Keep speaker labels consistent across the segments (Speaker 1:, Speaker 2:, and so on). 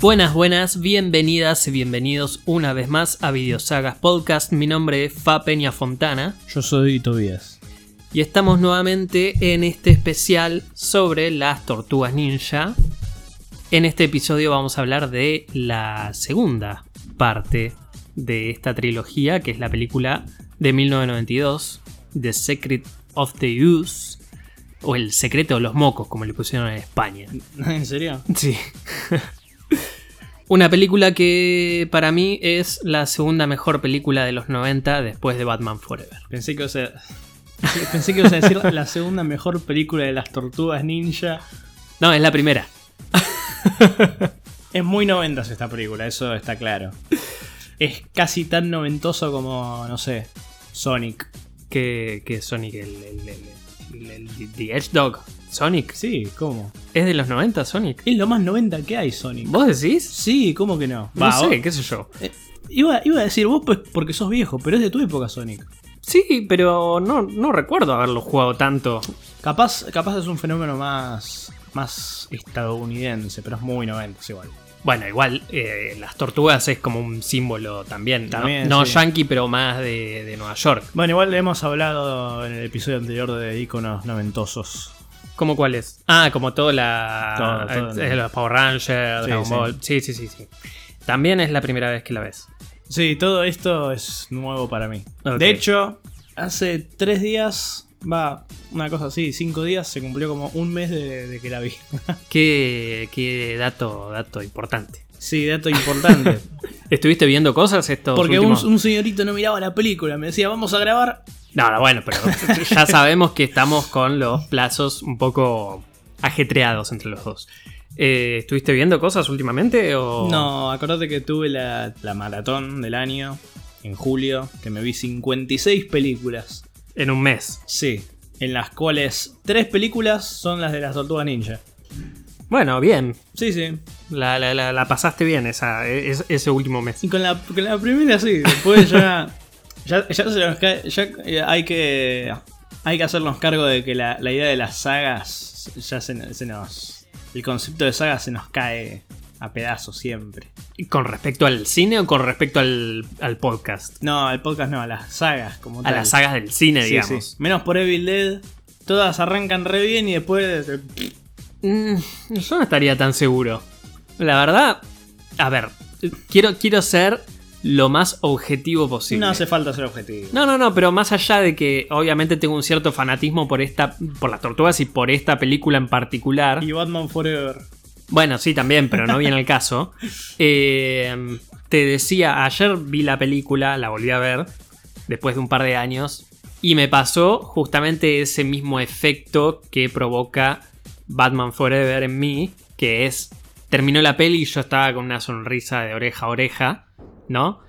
Speaker 1: Buenas, buenas, bienvenidas y bienvenidos una vez más a Videosagas Podcast. Mi nombre es Fa Peña Fontana
Speaker 2: Yo soy Tobías.
Speaker 1: y estamos nuevamente en este especial sobre las tortugas ninja. En este episodio vamos a hablar de la segunda parte de esta trilogía, que es la película de 1992, The Secret of the Use, o El Secreto de los Mocos, como le pusieron en España.
Speaker 2: ¿En serio?
Speaker 1: Sí. Una película que para mí es la segunda mejor película de los 90 después de Batman Forever.
Speaker 2: Pensé que, o sea, pensé que ibas a decir la segunda mejor película de las tortugas ninja.
Speaker 1: No, es la primera.
Speaker 2: Es muy noventas esta película, eso está claro. Es casi tan noventoso como, no sé, Sonic.
Speaker 1: Que, que Sonic, el, el, el- el- el- The Edge Dog. Sonic.
Speaker 2: Sí, ¿cómo?
Speaker 1: ¿Es de los 90 Sonic?
Speaker 2: Es lo más noventa que hay, Sonic.
Speaker 1: ¿Vos decís?
Speaker 2: Sí, ¿cómo que no? Va,
Speaker 1: no sé,
Speaker 2: vos-
Speaker 1: qué sé yo.
Speaker 2: eh, iba, iba a decir vos pues, porque sos viejo, pero es de tu época, Sonic.
Speaker 1: Sí, pero no, no recuerdo haberlo jugado tanto.
Speaker 2: Capaz, capaz es un fenómeno más, más estadounidense, pero es muy noventas igual.
Speaker 1: Bueno, igual eh, las tortugas es como un símbolo también. ¿no?
Speaker 2: También,
Speaker 1: no
Speaker 2: sí.
Speaker 1: yankee, pero más de, de Nueva York.
Speaker 2: Bueno, igual hemos hablado en el episodio anterior de iconos noventosos.
Speaker 1: ¿Cómo cuál es? Ah, como toda la.
Speaker 2: Todo, todo.
Speaker 1: eh, los Power Rangers,
Speaker 2: Sí,
Speaker 1: Dragon
Speaker 2: sí.
Speaker 1: Ball. Sí, sí, sí, sí. También es la primera vez que la ves.
Speaker 2: Sí, todo esto es nuevo para mí.
Speaker 1: Ok.
Speaker 2: De hecho, hace tres días, va, una cosa así, cinco días, se cumplió como un mes de, de que la vi.
Speaker 1: Qué, qué dato, dato importante.
Speaker 2: sí, dato importante.
Speaker 1: ¿Estuviste viendo cosas estos
Speaker 2: Porque un,
Speaker 1: últimos?
Speaker 2: un señorito no miraba la película, me decía, vamos a grabar.
Speaker 1: No, no, bueno, pero ya sabemos que estamos con los plazos un poco ajetreados entre los dos. Eh, ¿Estuviste viendo cosas últimamente o...?
Speaker 2: No, acordate que tuve la, la maratón del año, en julio, que me vi 56 películas.
Speaker 1: En un mes.
Speaker 2: Sí, en las cuales tres películas son las de las tortugas ninja.
Speaker 1: Bueno, bien.
Speaker 2: Sí, sí.
Speaker 1: La, la- la- la pasaste bien esa, e, es- ese último mes.
Speaker 2: Y con la, con la primera sí, después ya. Ya, ya se nos cae- ya, eh, hay que. Hay que hacernos cargo de que la, la idea de las sagas ya se, se nos. El concepto de saga se nos cae a pedazos siempre.
Speaker 1: ¿Y ¿Con respecto al cine o con respecto al, al podcast?
Speaker 2: No, el podcast no, a las sagas como
Speaker 1: A
Speaker 2: tal.
Speaker 1: las sagas del cine,
Speaker 2: Sí,
Speaker 1: digamos.
Speaker 2: sí. Menos por Evil Dead. Todas arrancan re bien y después. eh,
Speaker 1: Mm, yo no estaría tan seguro. La verdad, a ver, quiero, quiero ser lo más objetivo posible.
Speaker 2: no hace falta ser objetivo.
Speaker 1: no, no, no, pero más allá de que obviamente tengo un cierto fanatismo por esta, por las tortugas y por esta película en particular.
Speaker 2: Y Batman Forever.
Speaker 1: Bueno, sí, también, pero no viene el caso. Eh, te decía, ayer vi la película, la volví a ver, después de un par de años, y me pasó justamente ese mismo efecto que provoca Batman Forever en mí, que es, terminó la peli y yo estaba con una sonrisa de oreja a oreja, ¿no?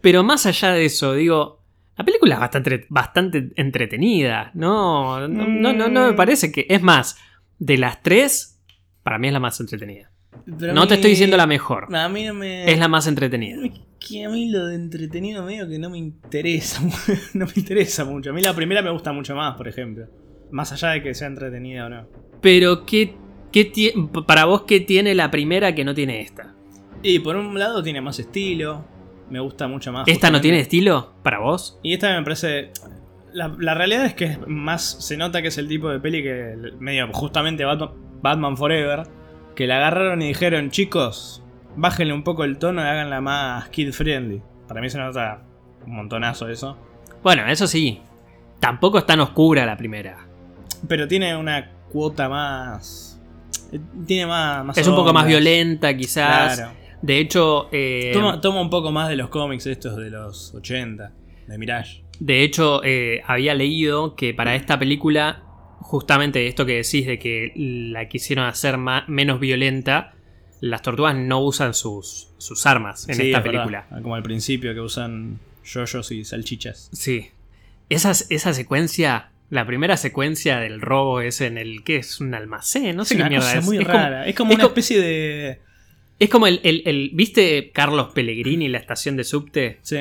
Speaker 1: Pero más allá de eso, digo, la película es bastante, bastante entretenida, ¿no? No, no, no, no me
Speaker 2: Mm.
Speaker 1: parece que... Es más, de las tres, para mí es la más entretenida.
Speaker 2: Pero a
Speaker 1: no te
Speaker 2: mí-
Speaker 1: estoy diciendo la mejor,
Speaker 2: A mí no me.
Speaker 1: es la más entretenida.
Speaker 2: Es que a mí lo de entretenido medio que no me interesa, mu- no me interesa mucho. A mí la primera me gusta mucho más, por ejemplo. Más allá de que sea entretenida o no.
Speaker 1: Pero, ¿qué, qué ti- para vos qué tiene la primera que no tiene esta?
Speaker 2: Y por un lado tiene más estilo, me gusta mucho más.
Speaker 1: ¿Esta no
Speaker 2: Ah, justamente.
Speaker 1: tiene estilo para vos?
Speaker 2: Y esta me parece... La, la realidad es que es más se nota que es el tipo de peli que el- medio justamente Batman, Batman Forever, que la agarraron y dijeron, chicos, bájenle un poco el tono y háganla más kid friendly. Para mí se nota un montonazo eso.
Speaker 1: Bueno, eso sí, tampoco es tan oscura la primera.
Speaker 2: Pero tiene una cuota más. eh, Tiene más. más
Speaker 1: Es un poco
Speaker 2: onda.
Speaker 1: más violenta quizás.
Speaker 2: Claro.
Speaker 1: De hecho, eh,
Speaker 2: Toma, toma un poco más de los cómics estos de los 80, de Mirage.
Speaker 1: De hecho, eh, había leído que
Speaker 2: Mm.
Speaker 1: para esta película, justamente esto que decís de que la quisieron hacer ma- menos violenta, las tortugas no usan sus, sus armas en
Speaker 2: Sí,
Speaker 1: esta
Speaker 2: es verdad.
Speaker 1: película.
Speaker 2: Como al principio que usan yoyos y salchichas.
Speaker 1: Sí. Esas- esa secuencia, la primera secuencia del robo es en el que es un almacén, no sé
Speaker 2: es
Speaker 1: qué
Speaker 2: una
Speaker 1: mierda
Speaker 2: cosa
Speaker 1: es.
Speaker 2: muy
Speaker 1: es, Como,
Speaker 2: rara. es como
Speaker 1: es
Speaker 2: una
Speaker 1: como-
Speaker 2: especie de.
Speaker 1: es como el, el- el- ¿Viste Carlos Pellegrini, la estación de subte?
Speaker 2: Sí.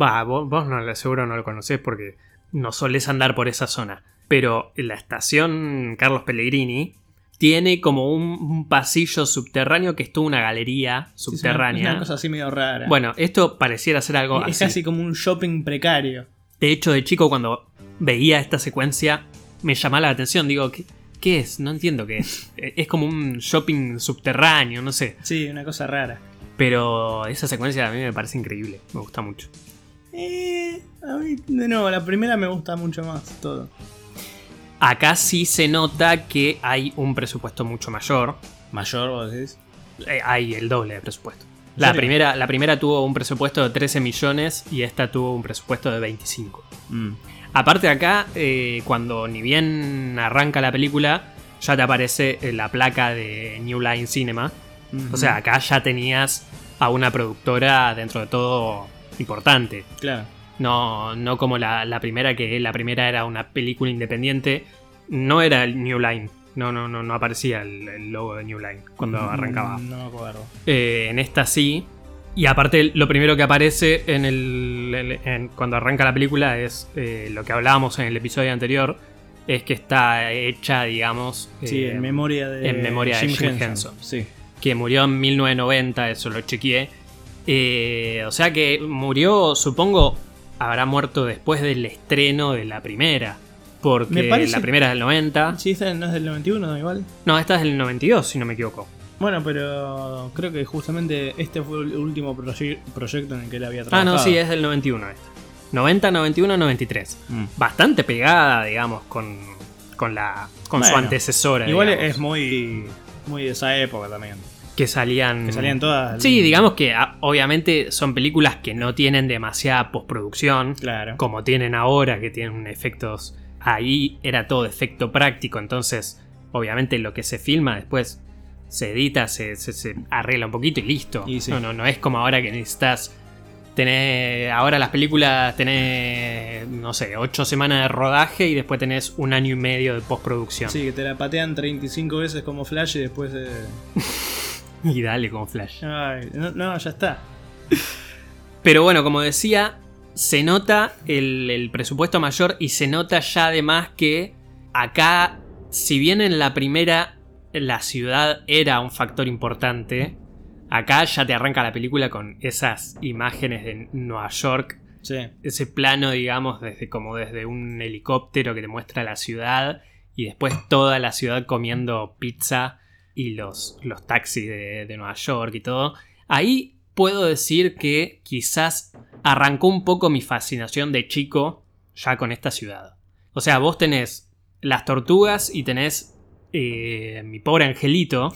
Speaker 1: Va, vos, vos no, lo- seguro no lo conocés porque no solés andar por esa zona. Pero en la estación Carlos Pellegrini tiene como un, un pasillo subterráneo que es toda una galería
Speaker 2: Sí, es una-
Speaker 1: subterránea.
Speaker 2: es Una, cosa así medio rara.
Speaker 1: Bueno, esto pareciera ser algo
Speaker 2: es
Speaker 1: así.
Speaker 2: casi como un shopping precario.
Speaker 1: De hecho, de chico, cuando veía esta secuencia, me llamaba la atención. Digo, ¿qué, qué es? No entiendo qué es. Eh, Es como un shopping subterráneo, no sé.
Speaker 2: Sí, una cosa rara.
Speaker 1: Pero esa secuencia a mí me parece increíble. Me gusta mucho.
Speaker 2: Eh, a mí, de nuevo, la primera me gusta mucho más todo.
Speaker 1: Acá sí se nota que hay un presupuesto mucho mayor.
Speaker 2: Mayor, vos decís.
Speaker 1: Eh, hay el doble de presupuesto.
Speaker 2: ¿En
Speaker 1: La
Speaker 2: serio?
Speaker 1: primera, la primera tuvo un presupuesto de 13 millones y esta tuvo un presupuesto de 25.
Speaker 2: Mm.
Speaker 1: Aparte acá, eh, cuando ni bien arranca la película, ya te aparece eh, la placa de New Line Cinema.
Speaker 2: Ujú.
Speaker 1: O sea, acá ya tenías a una productora dentro de todo importante.
Speaker 2: Claro.
Speaker 1: No, no como la, la primera, que la primera era una película independiente. No era el New Line. No, no, no, no aparecía el, el logo de New Line cuando
Speaker 2: Mm,
Speaker 1: arrancaba.
Speaker 2: No me acuerdo.
Speaker 1: Eh, en esta sí. Y aparte, lo primero que aparece en el, el- en- cuando arranca la película es eh, lo que hablábamos en el episodio anterior, es que está hecha, digamos,
Speaker 2: Sí,
Speaker 1: eh,
Speaker 2: en memoria de.
Speaker 1: en memoria de Jim Henson.
Speaker 2: Sí.
Speaker 1: que murió en 1990, eso lo chequeé. Eh, o sea que murió, supongo, habrá muerto después del estreno de la primera, porque
Speaker 2: Me parece-
Speaker 1: la primera es del 90.
Speaker 2: Sí, esta no es del 91, igual.
Speaker 1: No, esta es del 92, si no me equivoco.
Speaker 2: Bueno, pero creo que justamente este fue el último proye- proyecto en el que él había
Speaker 1: Ah,
Speaker 2: trabajado.
Speaker 1: no, sí, es del 91 esta. 90, 91, 93.
Speaker 2: Mm.
Speaker 1: bastante pegada, digamos, con, con la con su
Speaker 2: Bueno,
Speaker 1: antecesora.
Speaker 2: Igual
Speaker 1: digamos,
Speaker 2: es muy, muy de esa época también.
Speaker 1: que salían
Speaker 2: Que salían todas.
Speaker 1: Mm. Sí, digamos que ah, obviamente son películas que no tienen demasiada postproducción
Speaker 2: Claro.
Speaker 1: como tienen ahora que tienen efectos ahí era todo efecto práctico, entonces obviamente lo que se filma después se edita, se, se- se arregla un poquito y listo.
Speaker 2: Y sí.
Speaker 1: No, no, no es como ahora que necesitas tener ahora las películas tenés no sé, ocho semanas de rodaje y después tenés un año y medio de postproducción.
Speaker 2: Sí, que te la patean 35 veces como Flash y después. eh,
Speaker 1: Y dale con flash.
Speaker 2: ay, no, no, ya está.
Speaker 1: Pero bueno, como decía, se nota el, el presupuesto mayor y se nota ya además que acá, si bien en la primera la ciudad era un factor importante, acá ya te arranca la película con esas imágenes de Nueva York,
Speaker 2: Sí.
Speaker 1: ese plano, digamos, desde como desde un helicóptero que te muestra la ciudad y después toda la ciudad comiendo pizza y los, los taxis de, de Nueva York y todo. Ahí puedo decir que quizás arrancó un poco mi fascinación de chico ya con esta ciudad. O sea, vos tenés las tortugas y tenés eh, mi pobre angelito,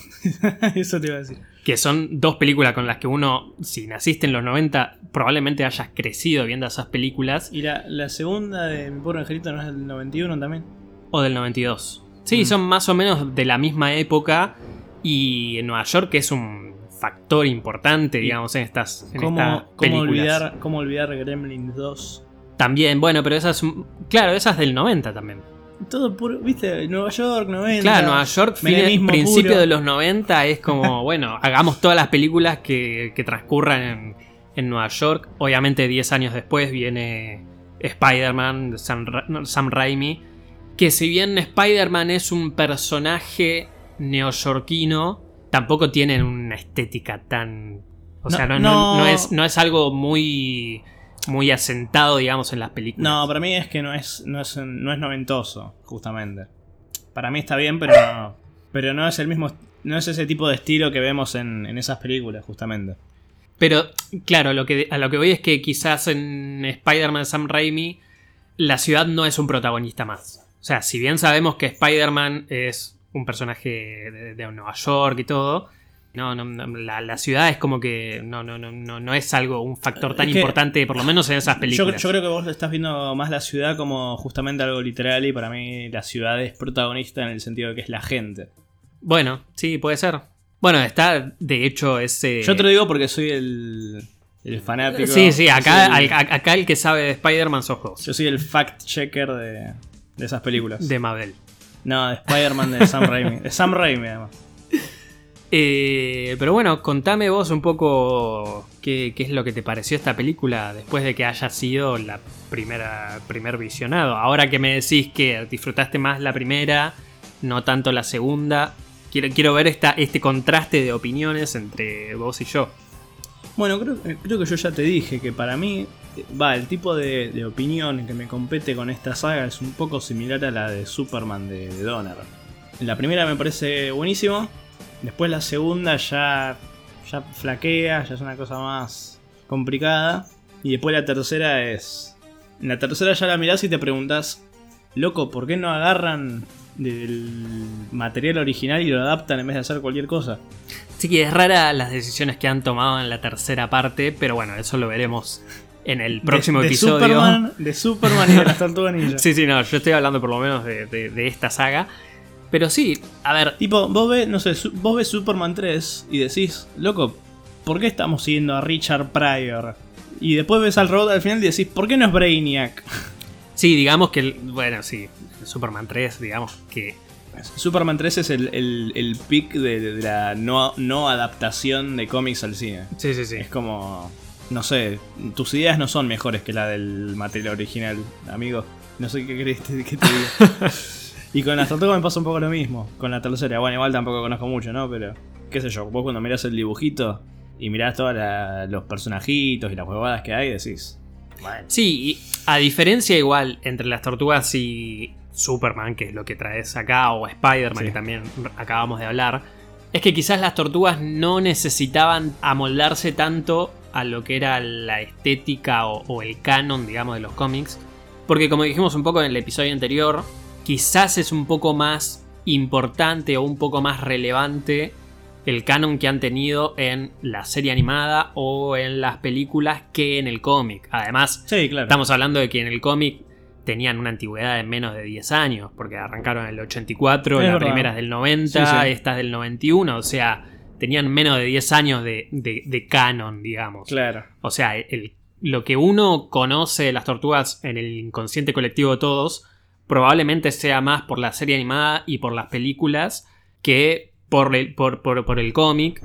Speaker 2: Eso te iba a decir.
Speaker 1: que son dos películas con las que uno, si naciste en los 90, probablemente hayas crecido viendo esas películas.
Speaker 2: Y la, la segunda de Mi pobre angelito no es del 91 también.
Speaker 1: o del 92. Sí,
Speaker 2: Mm.
Speaker 1: son más o menos de la misma época y en Nueva York es un factor importante,
Speaker 2: Y
Speaker 1: digamos, en estas, en estas
Speaker 2: ¿Cómo, cómo
Speaker 1: películas.
Speaker 2: olvidar, ¿Cómo olvidar Gremlin 2?
Speaker 1: También, bueno, pero esas, claro, esas del 90 también.
Speaker 2: Todo puro, viste, Nueva York, 90.
Speaker 1: Claro, Nueva York, fines-
Speaker 2: menemismo
Speaker 1: principio
Speaker 2: puro.
Speaker 1: de los 90 es como, bueno, hagamos todas las películas que, que transcurran en, en Nueva York. Obviamente 10 años después viene Spider-Man de Sam, Ra- no, Sam Raimi, que si bien Spider-Man es un personaje neoyorquino, tampoco tienen una estética tan... O
Speaker 2: No,
Speaker 1: sea, no, no-
Speaker 2: no.
Speaker 1: no es, no es algo muy, muy asentado, digamos, en las películas.
Speaker 2: No, para mí es que no es, no es, no es noventoso, justamente. Para mí está bien, pero no, pero no es el mismo. No es ese tipo de estilo que vemos en, en esas películas, justamente.
Speaker 1: Pero, claro, lo que, a lo que voy es que quizás en Spider-Man Sam Raimi la ciudad no es un protagonista más. O sea, si bien sabemos que Spider-Man es un personaje de, de Nueva York y todo, no, no, no, la, la ciudad es como que no, no, no, no, no es algo, un factor tan
Speaker 2: Es que-
Speaker 1: importante, por lo menos en esas
Speaker 2: Yo,
Speaker 1: películas.
Speaker 2: yo creo que vos estás viendo más la ciudad como justamente algo literal, y para mí la ciudad es protagonista en el sentido de que es la gente.
Speaker 1: Bueno, sí, puede ser. Bueno, está de hecho ese...
Speaker 2: Yo te lo digo porque soy el, el fanático.
Speaker 1: Sí, sí, acá,
Speaker 2: soy el-
Speaker 1: al- acá el que sabe de Spider-Man sos vos,
Speaker 2: Yo soy el fact-checker de, de esas películas.
Speaker 1: de Mabel.
Speaker 2: No, de Spider-Man de Sam Raimi. De Sam Raimi, además.
Speaker 1: Eh, pero bueno, contame vos un poco qué, qué es lo que te pareció esta película después de que haya sido la primera primer visionado. Ahora que me decís que disfrutaste más la primera, no tanto la segunda, Quiero, quiero ver esta, este contraste de opiniones entre vos y yo.
Speaker 2: Bueno, creo, eh, creo que yo ya te dije que para mí, eh, va, el tipo de, de opinión que me compete con esta saga es un poco similar a la de Superman de, de Donner. La primera me parece buenísimo, después la segunda ya, ya flaquea, ya es una cosa más complicada, y después la tercera es... En la tercera ya la mirás y te preguntás, loco, ¿por qué no agarran del material original y lo adaptan en vez de hacer cualquier cosa?
Speaker 1: Así que es rara las decisiones que han tomado en la tercera parte, pero bueno, eso lo veremos en el próximo
Speaker 2: de, de
Speaker 1: episodio.
Speaker 2: Superman, de Superman y de las tortugas ninja.
Speaker 1: Sí, sí, no, yo estoy hablando por lo menos de, de- de esta saga. Pero sí, a ver,
Speaker 2: Tipo, vos ves, no sé, su- vos ves Superman 3 y decís, loco, ¿por qué estamos siguiendo a Richard Pryor? Y después ves al robot al final y decís, ¿por qué no es Brainiac?
Speaker 1: sí, digamos que, el- bueno, sí, Superman 3, digamos que
Speaker 2: Superman 3 es el, el, el pic de, de la no, no adaptación de cómics al cine.
Speaker 1: Sí, sí, sí.
Speaker 2: Es como, no sé, tus ideas no son mejores que la del material original, amigo. No sé qué crees que te diga. y con las tortugas me pasa un poco lo mismo. Con la tercera, bueno, igual tampoco conozco mucho, ¿no? Pero, qué sé yo, vos cuando mirás el dibujito y mirás todos los personajitos y las huevadas que hay, decís... Bueno,
Speaker 1: Sí, y a diferencia igual entre las tortugas y Superman, que es lo que traes acá, o Spider-Man,
Speaker 2: Sí.
Speaker 1: que también acabamos de hablar, es que quizás las tortugas no necesitaban amoldarse tanto a lo que era la estética o, o el canon, digamos, de los cómics, porque como dijimos un poco en el episodio anterior, quizás es un poco más importante o un poco más relevante el canon que han tenido en la serie animada o en las películas que en el cómic. Además,
Speaker 2: sí, claro.
Speaker 1: Estamos hablando de que en el cómic tenían una antigüedad de menos de 10 años, porque arrancaron en el 84,
Speaker 2: Es
Speaker 1: la
Speaker 2: verdad.
Speaker 1: primera es del 90,
Speaker 2: Sí, sí.
Speaker 1: esta es del 91, o sea, tenían menos de 10 años de, de- de canon, digamos.
Speaker 2: Claro.
Speaker 1: O sea, el- lo que uno conoce de las tortugas en el inconsciente colectivo de todos, probablemente sea más por la serie animada y por las películas que por el, por, por- por el cómic.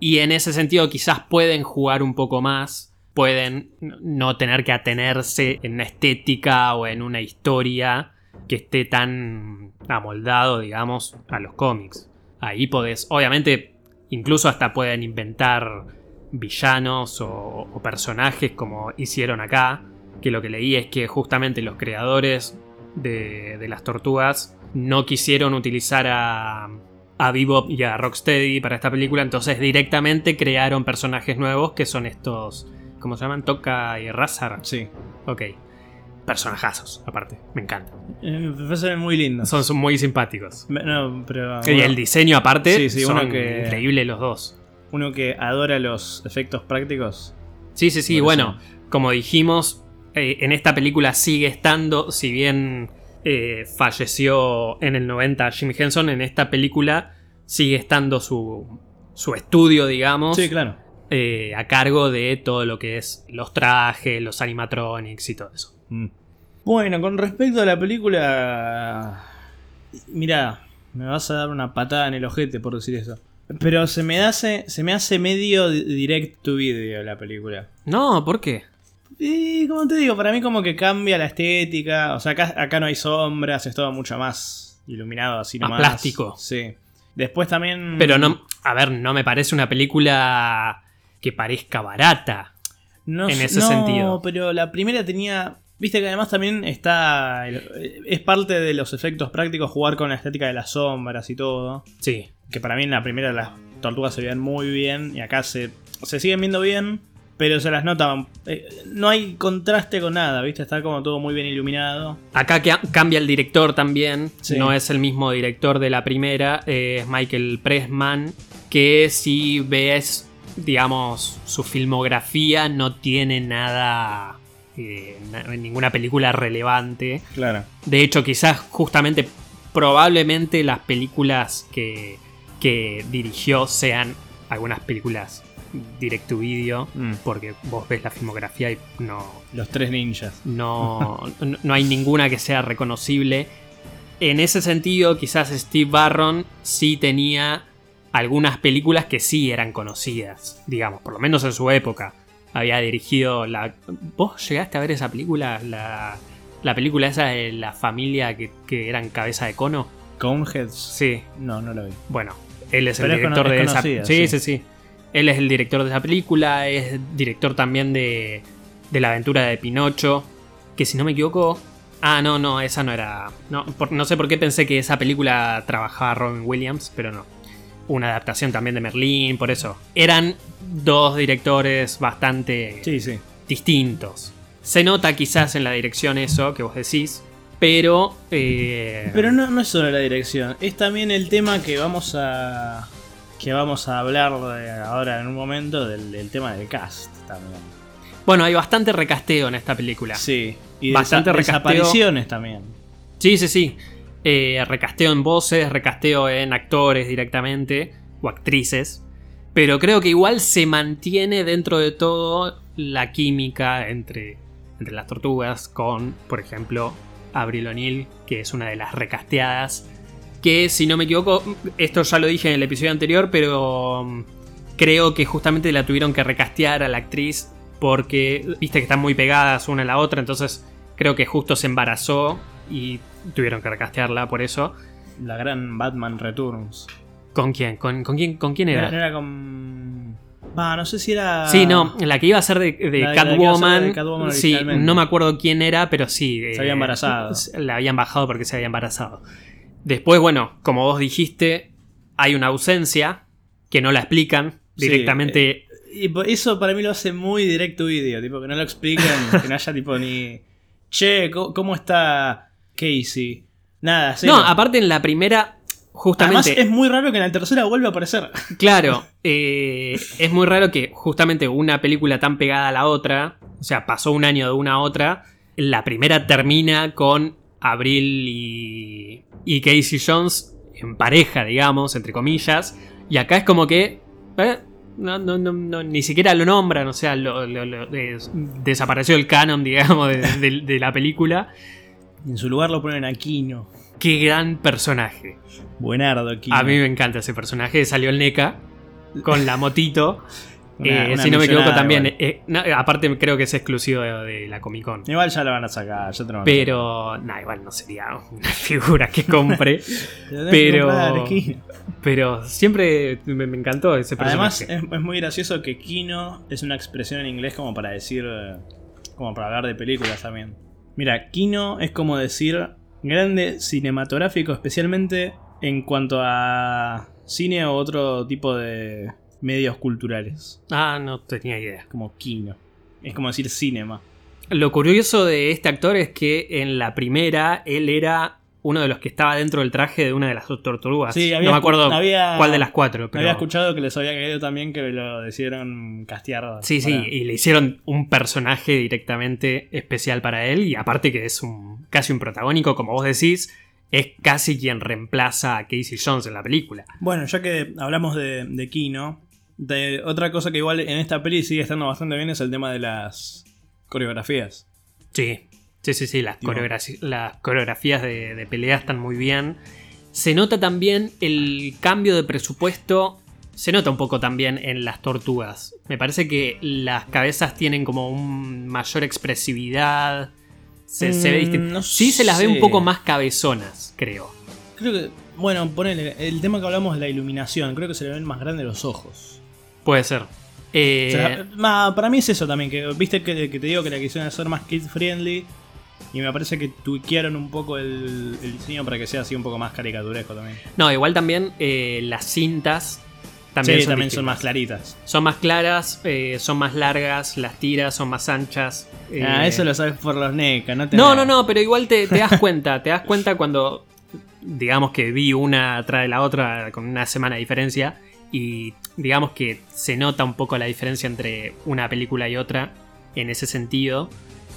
Speaker 1: Y en ese sentido quizás pueden jugar un poco más, pueden n- no tener que atenerse en una estética o en una historia que esté tan amoldado, digamos, a los cómics. Ahí podés, obviamente, incluso hasta pueden inventar villanos o, o personajes como hicieron acá, que lo que leí es que justamente los creadores de, de las tortugas no quisieron utilizar a, a Bebop y a Rocksteady para esta película, entonces directamente crearon personajes nuevos que son estos, ¿cómo se llaman? Toca y Razar.
Speaker 2: Sí.
Speaker 1: Ok. Personajazos, aparte, me encantan.
Speaker 2: Eh, Me parece muy lindo.
Speaker 1: Son, son muy simpáticos.
Speaker 2: Me- No, pero...
Speaker 1: Y el diseño aparte,
Speaker 2: Ah, Sí, sí,
Speaker 1: son
Speaker 2: uno que-
Speaker 1: increíbles los dos.
Speaker 2: Uno que adora los efectos prácticos.
Speaker 1: Sí, sí, sí.
Speaker 2: Por
Speaker 1: Bueno, como dijimos, eh, en esta película sigue estando, si bien eh, falleció en el 90 Jim Henson, en esta película sigue estando su, su estudio, digamos,
Speaker 2: Sí, claro.
Speaker 1: eh, a cargo de todo lo que es los trajes, los animatronics y todo eso.
Speaker 2: Mm. Bueno, con respecto a la película. Mirá, me vas a dar una patada en el ojete por decir eso. Pero se me hace, se me hace medio di- direct to video la película.
Speaker 1: No, ¿por qué?
Speaker 2: Y como te digo, para mí como que cambia la estética. O sea, acá, acá no hay sombras, es todo mucho más iluminado, así
Speaker 1: Más
Speaker 2: nomás.
Speaker 1: plástico.
Speaker 2: Sí. Después también.
Speaker 1: Pero no, a ver, no me parece una película que parezca barata.
Speaker 2: No
Speaker 1: en
Speaker 2: sé-
Speaker 1: ese
Speaker 2: no,
Speaker 1: sentido.
Speaker 2: pero la primera tenía. Viste que además también está. el- eh, Es parte de los efectos prácticos jugar con la estética de las sombras y todo.
Speaker 1: Sí.
Speaker 2: Que para mí en la primera las tortugas se veían muy bien y acá se, se siguen viendo bien, pero se las notan. no hay contraste con nada, ¿viste? Está como todo muy bien iluminado.
Speaker 1: Acá que- cambia el director también.
Speaker 2: Sí.
Speaker 1: No es el mismo director de la primera. eh, Es Michael Pressman. Que si ves, digamos, su filmografía no tiene nada. eh, na- ninguna película relevante.
Speaker 2: Claro.
Speaker 1: De hecho, quizás justamente, probablemente las películas que, que dirigió sean algunas películas direct to video.
Speaker 2: Mm.
Speaker 1: Porque vos ves la filmografía y no,
Speaker 2: Los tres ninjas.
Speaker 1: no, no- no hay ninguna que sea reconocible. En ese sentido, quizás Steve Barron sí tenía algunas películas que sí eran conocidas, digamos, por lo menos en su época. Había dirigido la... ¿Vos llegaste a ver esa película? La, la película esa de la familia que, que eran cabeza de cono.
Speaker 2: Coneheads.
Speaker 1: Sí,
Speaker 2: No, no lo vi.
Speaker 1: bueno, él es el
Speaker 2: Pero es cono-
Speaker 1: director
Speaker 2: es
Speaker 1: de esa
Speaker 2: conocida,
Speaker 1: sí,
Speaker 2: sí.
Speaker 1: sí, sí. Él es el director de esa película, es director también de, de La aventura de Pinocho, que si no me equivoco... Ah, no, no, esa no era... No, por- no sé por qué pensé que esa película trabajaba Robin Williams, pero no. Una adaptación también de Merlín, por eso. Eran dos directores bastante
Speaker 2: Sí, sí.
Speaker 1: distintos. Se nota quizás en la dirección eso que vos decís, pero... eh,
Speaker 2: Pero no, no es solo la dirección, es también el tema que vamos a. que vamos a hablar de ahora en un momento del, del tema del cast también.
Speaker 1: Bueno, hay bastante recasteo en esta película. Sí,
Speaker 2: Sí. Y
Speaker 1: Bastante
Speaker 2: desa-
Speaker 1: recasteo.
Speaker 2: desapariciones también.
Speaker 1: sí, sí. Eh, recasteo en voces, recasteo en actores directamente, o actrices. Pero creo que igual se mantiene dentro de todo la química entre, entre las tortugas con, por ejemplo, Abril O'Neill, que es una de las recasteadas. Que si no me equivoco, esto ya lo dije en el episodio anterior, pero mm, creo que justamente la tuvieron que recastear a la actriz porque viste que están muy pegadas una a la otra, entonces creo que justo se embarazó y tuvieron que recastearla por eso.
Speaker 2: La gran Batman Returns.
Speaker 1: ¿Con quién? ¿Con, con quién, con quién
Speaker 2: No
Speaker 1: era?
Speaker 2: Era, con. Va, no sé si era.
Speaker 1: eh. Sí, no, la que iba a ser de, de
Speaker 2: La- la que iba a ser
Speaker 1: Catwoman.
Speaker 2: de Catwoman
Speaker 1: sí,
Speaker 2: originalmente.
Speaker 1: no me acuerdo quién era, pero sí. eh,
Speaker 2: había embarazado.
Speaker 1: La habían bajado porque se había embarazado. Después, bueno, como vos dijiste, hay una ausencia que no la explican
Speaker 2: Sí, eh,
Speaker 1: directamente.
Speaker 2: Y po- eso para mí lo hace muy directo video, tipo que no lo expliquen, que no haya tipo ni. Che, ¿cómo, cómo está Casey? Nada, sí.
Speaker 1: no, aparte en la primera,
Speaker 2: Además,
Speaker 1: justamente.
Speaker 2: es muy raro que en la tercera vuelva a aparecer.
Speaker 1: Claro, eh, es muy raro que justamente una película tan pegada a la otra, o sea, pasó un año de una a otra, la primera termina con Abril y, y Casey Jones en pareja, digamos, entre comillas, y acá es como que... eh, no, no, no, no, ni siquiera lo nombran, o sea, lo- lo- lo- es- desapareció el canon, digamos, de- de- de la película.
Speaker 2: En su lugar lo ponen a Kino.
Speaker 1: Qué gran personaje.
Speaker 2: Buenardo Kino.
Speaker 1: A mí me encanta ese personaje. Salió el NECA con la motito.
Speaker 2: Una-
Speaker 1: Eh,
Speaker 2: una
Speaker 1: si no me equivoco
Speaker 2: millonada
Speaker 1: también.
Speaker 2: igual.
Speaker 1: eh, no, eh, aparte creo que es exclusivo de, de la Comic Con.
Speaker 2: Igual ya lo van a sacar, ya te lo van a
Speaker 1: Pero, nah, igual no sería una figura que compre.
Speaker 2: sacar. Lo tenés que
Speaker 1: pero-
Speaker 2: comprar, Kino.
Speaker 1: pero siempre me, me encantó ese
Speaker 2: Además, eh,
Speaker 1: personaje.
Speaker 2: es, es muy gracioso que Kino es una expresión en inglés como para decir. eh, como para hablar de películas también. Mira, Kino es como decir grande cinematográfico, especialmente en cuanto a cine o otro tipo de medios culturales.
Speaker 1: ah, no tenía idea.
Speaker 2: Como Kino. Es como decir cinema.
Speaker 1: Lo curioso de este actor es que en la primera él era uno de los que estaba dentro del traje de una de las tortugas.
Speaker 2: Sí, había
Speaker 1: Ah, no me
Speaker 2: escu-
Speaker 1: acuerdo
Speaker 2: había-
Speaker 1: cuál de las cuatro. Pero...
Speaker 2: Había escuchado que les había caído también que lo decidieron castear.
Speaker 1: Sí, sí,
Speaker 2: para-
Speaker 1: y le hicieron un personaje directamente especial para él y aparte que es un casi un protagónico, como vos decís, es casi quien reemplaza a Casey Jones en la película.
Speaker 2: Bueno, ya que hablamos de, de Kino, de otra cosa que igual en esta peli sigue estando bastante bien es el tema de las coreografías.
Speaker 1: Sí, sí, sí, sí, las,
Speaker 2: Tipo-
Speaker 1: coreografi- las coreografías de, de pelea están muy bien. Se nota también el cambio de presupuesto, se nota un poco también en las tortugas. Me parece que las cabezas tienen como un mayor expresividad. Se, se ve
Speaker 2: Mm,
Speaker 1: distin-
Speaker 2: no
Speaker 1: sí, se las ve un
Speaker 2: sé.
Speaker 1: poco más cabezonas, creo.
Speaker 2: Creo que, bueno, ponele, el tema que hablamos de la iluminación, creo que se le ven más grandes los ojos.
Speaker 1: Puede ser. Eh,
Speaker 2: O sea, ma, para mí es eso también, que viste que, que te digo que la quisieron hacer más kid friendly y me parece que tuiquearon un poco el, el diseño para que sea así un poco más caricaturesco también.
Speaker 1: no, igual también eh, las cintas también,
Speaker 2: También, sí,
Speaker 1: son,
Speaker 2: también son
Speaker 1: distintas.
Speaker 2: más claritas.
Speaker 1: Son más claras, eh, son más largas, las tiras son más anchas. eh,
Speaker 2: Ah, eso lo sabes por los NECA, no te
Speaker 1: No, no, no, pero igual te, te das cuenta, te das cuenta cuando, digamos que vi una atrás de la otra con una semana de diferencia y digamos que se nota un poco la diferencia entre una película y otra en ese sentido,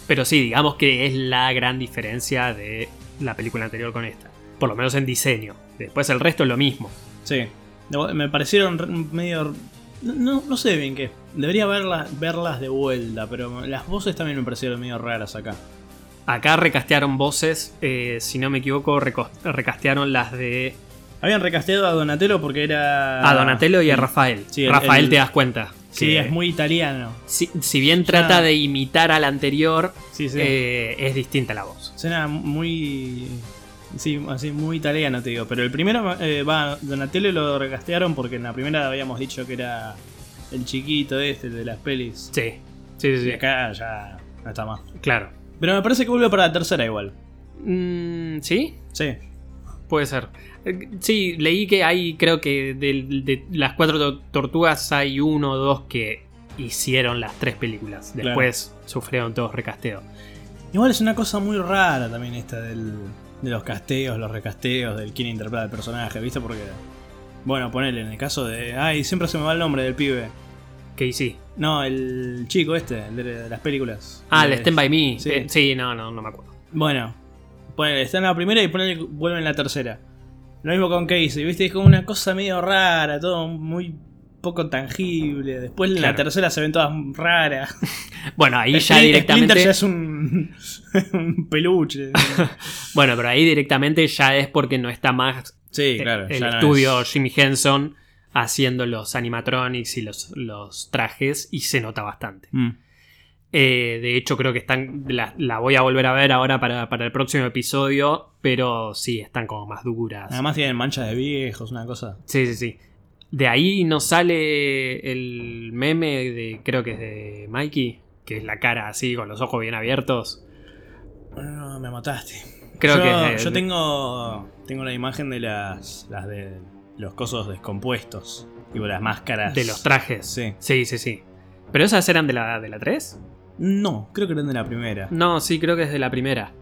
Speaker 1: pero sí, digamos que es la gran diferencia de la película anterior con esta, por lo menos en diseño, después el resto es lo mismo.
Speaker 2: Sí. De- Me parecieron re- medio. No, no sé bien qué. Debería verlas, verlas de vuelta, pero las voces también me parecieron medio raras acá.
Speaker 1: Acá recastearon voces, eh, si no me equivoco, recos- recastearon las de
Speaker 2: Habían recasteado a Donatello porque era.
Speaker 1: a Donatello y a Rafael.
Speaker 2: Ah, Sí, el-
Speaker 1: Rafael
Speaker 2: el-
Speaker 1: te das cuenta.
Speaker 2: Sí,
Speaker 1: que-
Speaker 2: es muy italiano.
Speaker 1: Si, si bien trata
Speaker 2: Ya.
Speaker 1: de imitar al anterior,
Speaker 2: Sí, sí.
Speaker 1: eh, es distinta la voz.
Speaker 2: Suena muy. Sí, así muy italiano te digo. Pero el primero, eh, va, Donatello lo recastearon porque en la primera habíamos dicho que era el chiquito este el de las pelis.
Speaker 1: Sí, sí, sí,
Speaker 2: Y
Speaker 1: sí,
Speaker 2: acá ya no está más.
Speaker 1: claro.
Speaker 2: Pero me parece que vuelve para la tercera igual.
Speaker 1: Mm, ¿Sí?
Speaker 2: Sí.
Speaker 1: Puede ser. Eh, Sí, leí que hay, creo que de, de las cuatro to- tortugas hay uno o dos que hicieron las tres películas.
Speaker 2: Claro.
Speaker 1: Después sufrieron todos recasteo.
Speaker 2: Igual es una cosa muy rara también esta del, de los casteos, los recasteos, del quién interpreta al personaje, ¿viste? Porque, bueno, ponele en el caso de... Ay, siempre se me va el nombre del pibe.
Speaker 1: Que sí.
Speaker 2: No, el chico este, el de, de las películas.
Speaker 1: Ah, el
Speaker 2: Eh,
Speaker 1: Stand By Me. Eh,
Speaker 2: Sí.
Speaker 1: Sí, no, no, no me acuerdo.
Speaker 2: Bueno, ponele, está en la primera y ponele, que vuelve en la tercera. Lo mismo con Casey, ¿viste? Es como una cosa medio rara, todo muy poco tangible. Después en la
Speaker 1: Claro.
Speaker 2: tercera se ven todas raras.
Speaker 1: Bueno, ahí ya
Speaker 2: Splinter-
Speaker 1: directamente.
Speaker 2: Splinter ya es un, un peluche.
Speaker 1: Bueno, pero ahí directamente ya es porque no está más
Speaker 2: Sí, claro.
Speaker 1: el
Speaker 2: ya no
Speaker 1: estudio
Speaker 2: es-
Speaker 1: Jimmy Henson haciendo los animatronics y los, los trajes y se nota bastante.
Speaker 2: Mm.
Speaker 1: Eh, de hecho, creo que están. La, la voy a volver a ver ahora para, para el próximo episodio. Pero sí, están como más duras.
Speaker 2: Además tienen manchas de viejos, una cosa.
Speaker 1: Sí, sí, sí. De ahí nos sale el meme de. Creo que es de Mikey. Que es la cara así, con los ojos bien abiertos.
Speaker 2: No, me mataste.
Speaker 1: Creo
Speaker 2: yo,
Speaker 1: que. es de-
Speaker 2: yo tengo tengo la imagen de las las de los cosos descompuestos, tipo las máscaras
Speaker 1: De los trajes.
Speaker 2: Sí.
Speaker 1: Sí, sí, sí. ¿Pero esas eran de la, de la 3?
Speaker 2: No, creo que eran de la primera.
Speaker 1: No, sí, creo que es de la primera.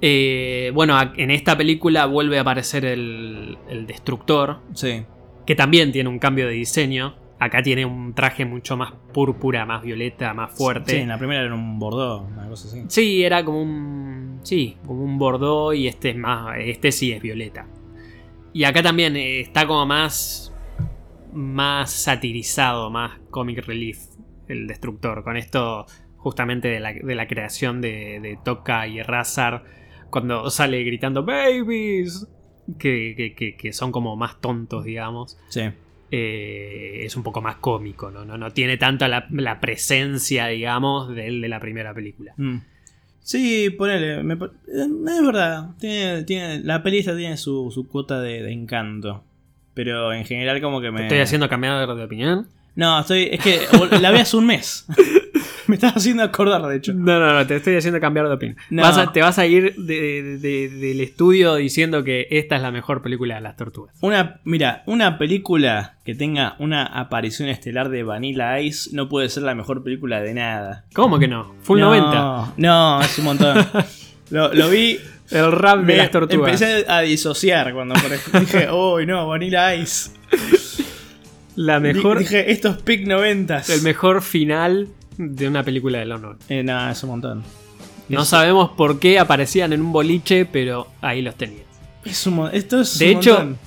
Speaker 1: Eh, bueno, a- en esta película vuelve a aparecer el, el destructor,
Speaker 2: Sí.
Speaker 1: que también tiene un cambio de diseño. Acá tiene un traje mucho más púrpura, más violeta, más
Speaker 2: Sí,
Speaker 1: fuerte.
Speaker 2: en la primera era un bordeaux, una cosa así.
Speaker 1: Sí, era como un. Sí, como un bordó y este es más. Este sí es violeta. Y acá también eh, está como más. Más satirizado, más comic relief el destructor. Con esto, justamente de la, de la creación de, de Toca y Razar, cuando sale gritando ¡Babies! Que, que- que- que son como más tontos, digamos.
Speaker 2: Sí.
Speaker 1: eh, es un poco más cómico, ¿no? No, no tiene tanta la, la presencia, digamos, del de la primera película.
Speaker 2: Mm. Sí, ponele. me pa- eh, es verdad. Tiene, tiene, la pelista tiene su, su cuota de, de encanto. Pero en general, como que me.
Speaker 1: Estoy haciendo cambiar de opinión.
Speaker 2: No, estoy. Es que la vi hace un mes. me estás haciendo acordar, de hecho.
Speaker 1: No, no, no, te estoy haciendo cambiar de opinión.
Speaker 2: No.
Speaker 1: Vas a- te vas a ir de- de- del estudio diciendo que esta es la mejor película de las tortugas.
Speaker 2: Una, mira, una película que tenga una aparición estelar de Vanilla Ice no puede ser la mejor película de nada.
Speaker 1: ¿Cómo que no? Full
Speaker 2: No,
Speaker 1: 90.
Speaker 2: No, es un montón. lo, lo vi.
Speaker 1: El rap de
Speaker 2: me-
Speaker 1: las tortugas.
Speaker 2: Empecé a disociar cuando por ejemplo, dije, uy, no, Vanilla Ice.
Speaker 1: La
Speaker 2: Di-
Speaker 1: mejor,
Speaker 2: Dije, estos pick 90.
Speaker 1: el mejor final de una película de los 90.
Speaker 2: Eh, no, es un montón.
Speaker 1: No
Speaker 2: Es-
Speaker 1: sabemos por qué aparecían en un boliche, pero ahí los tenías.
Speaker 2: es un mon- esto es
Speaker 1: De
Speaker 2: un
Speaker 1: hecho,
Speaker 2: montón.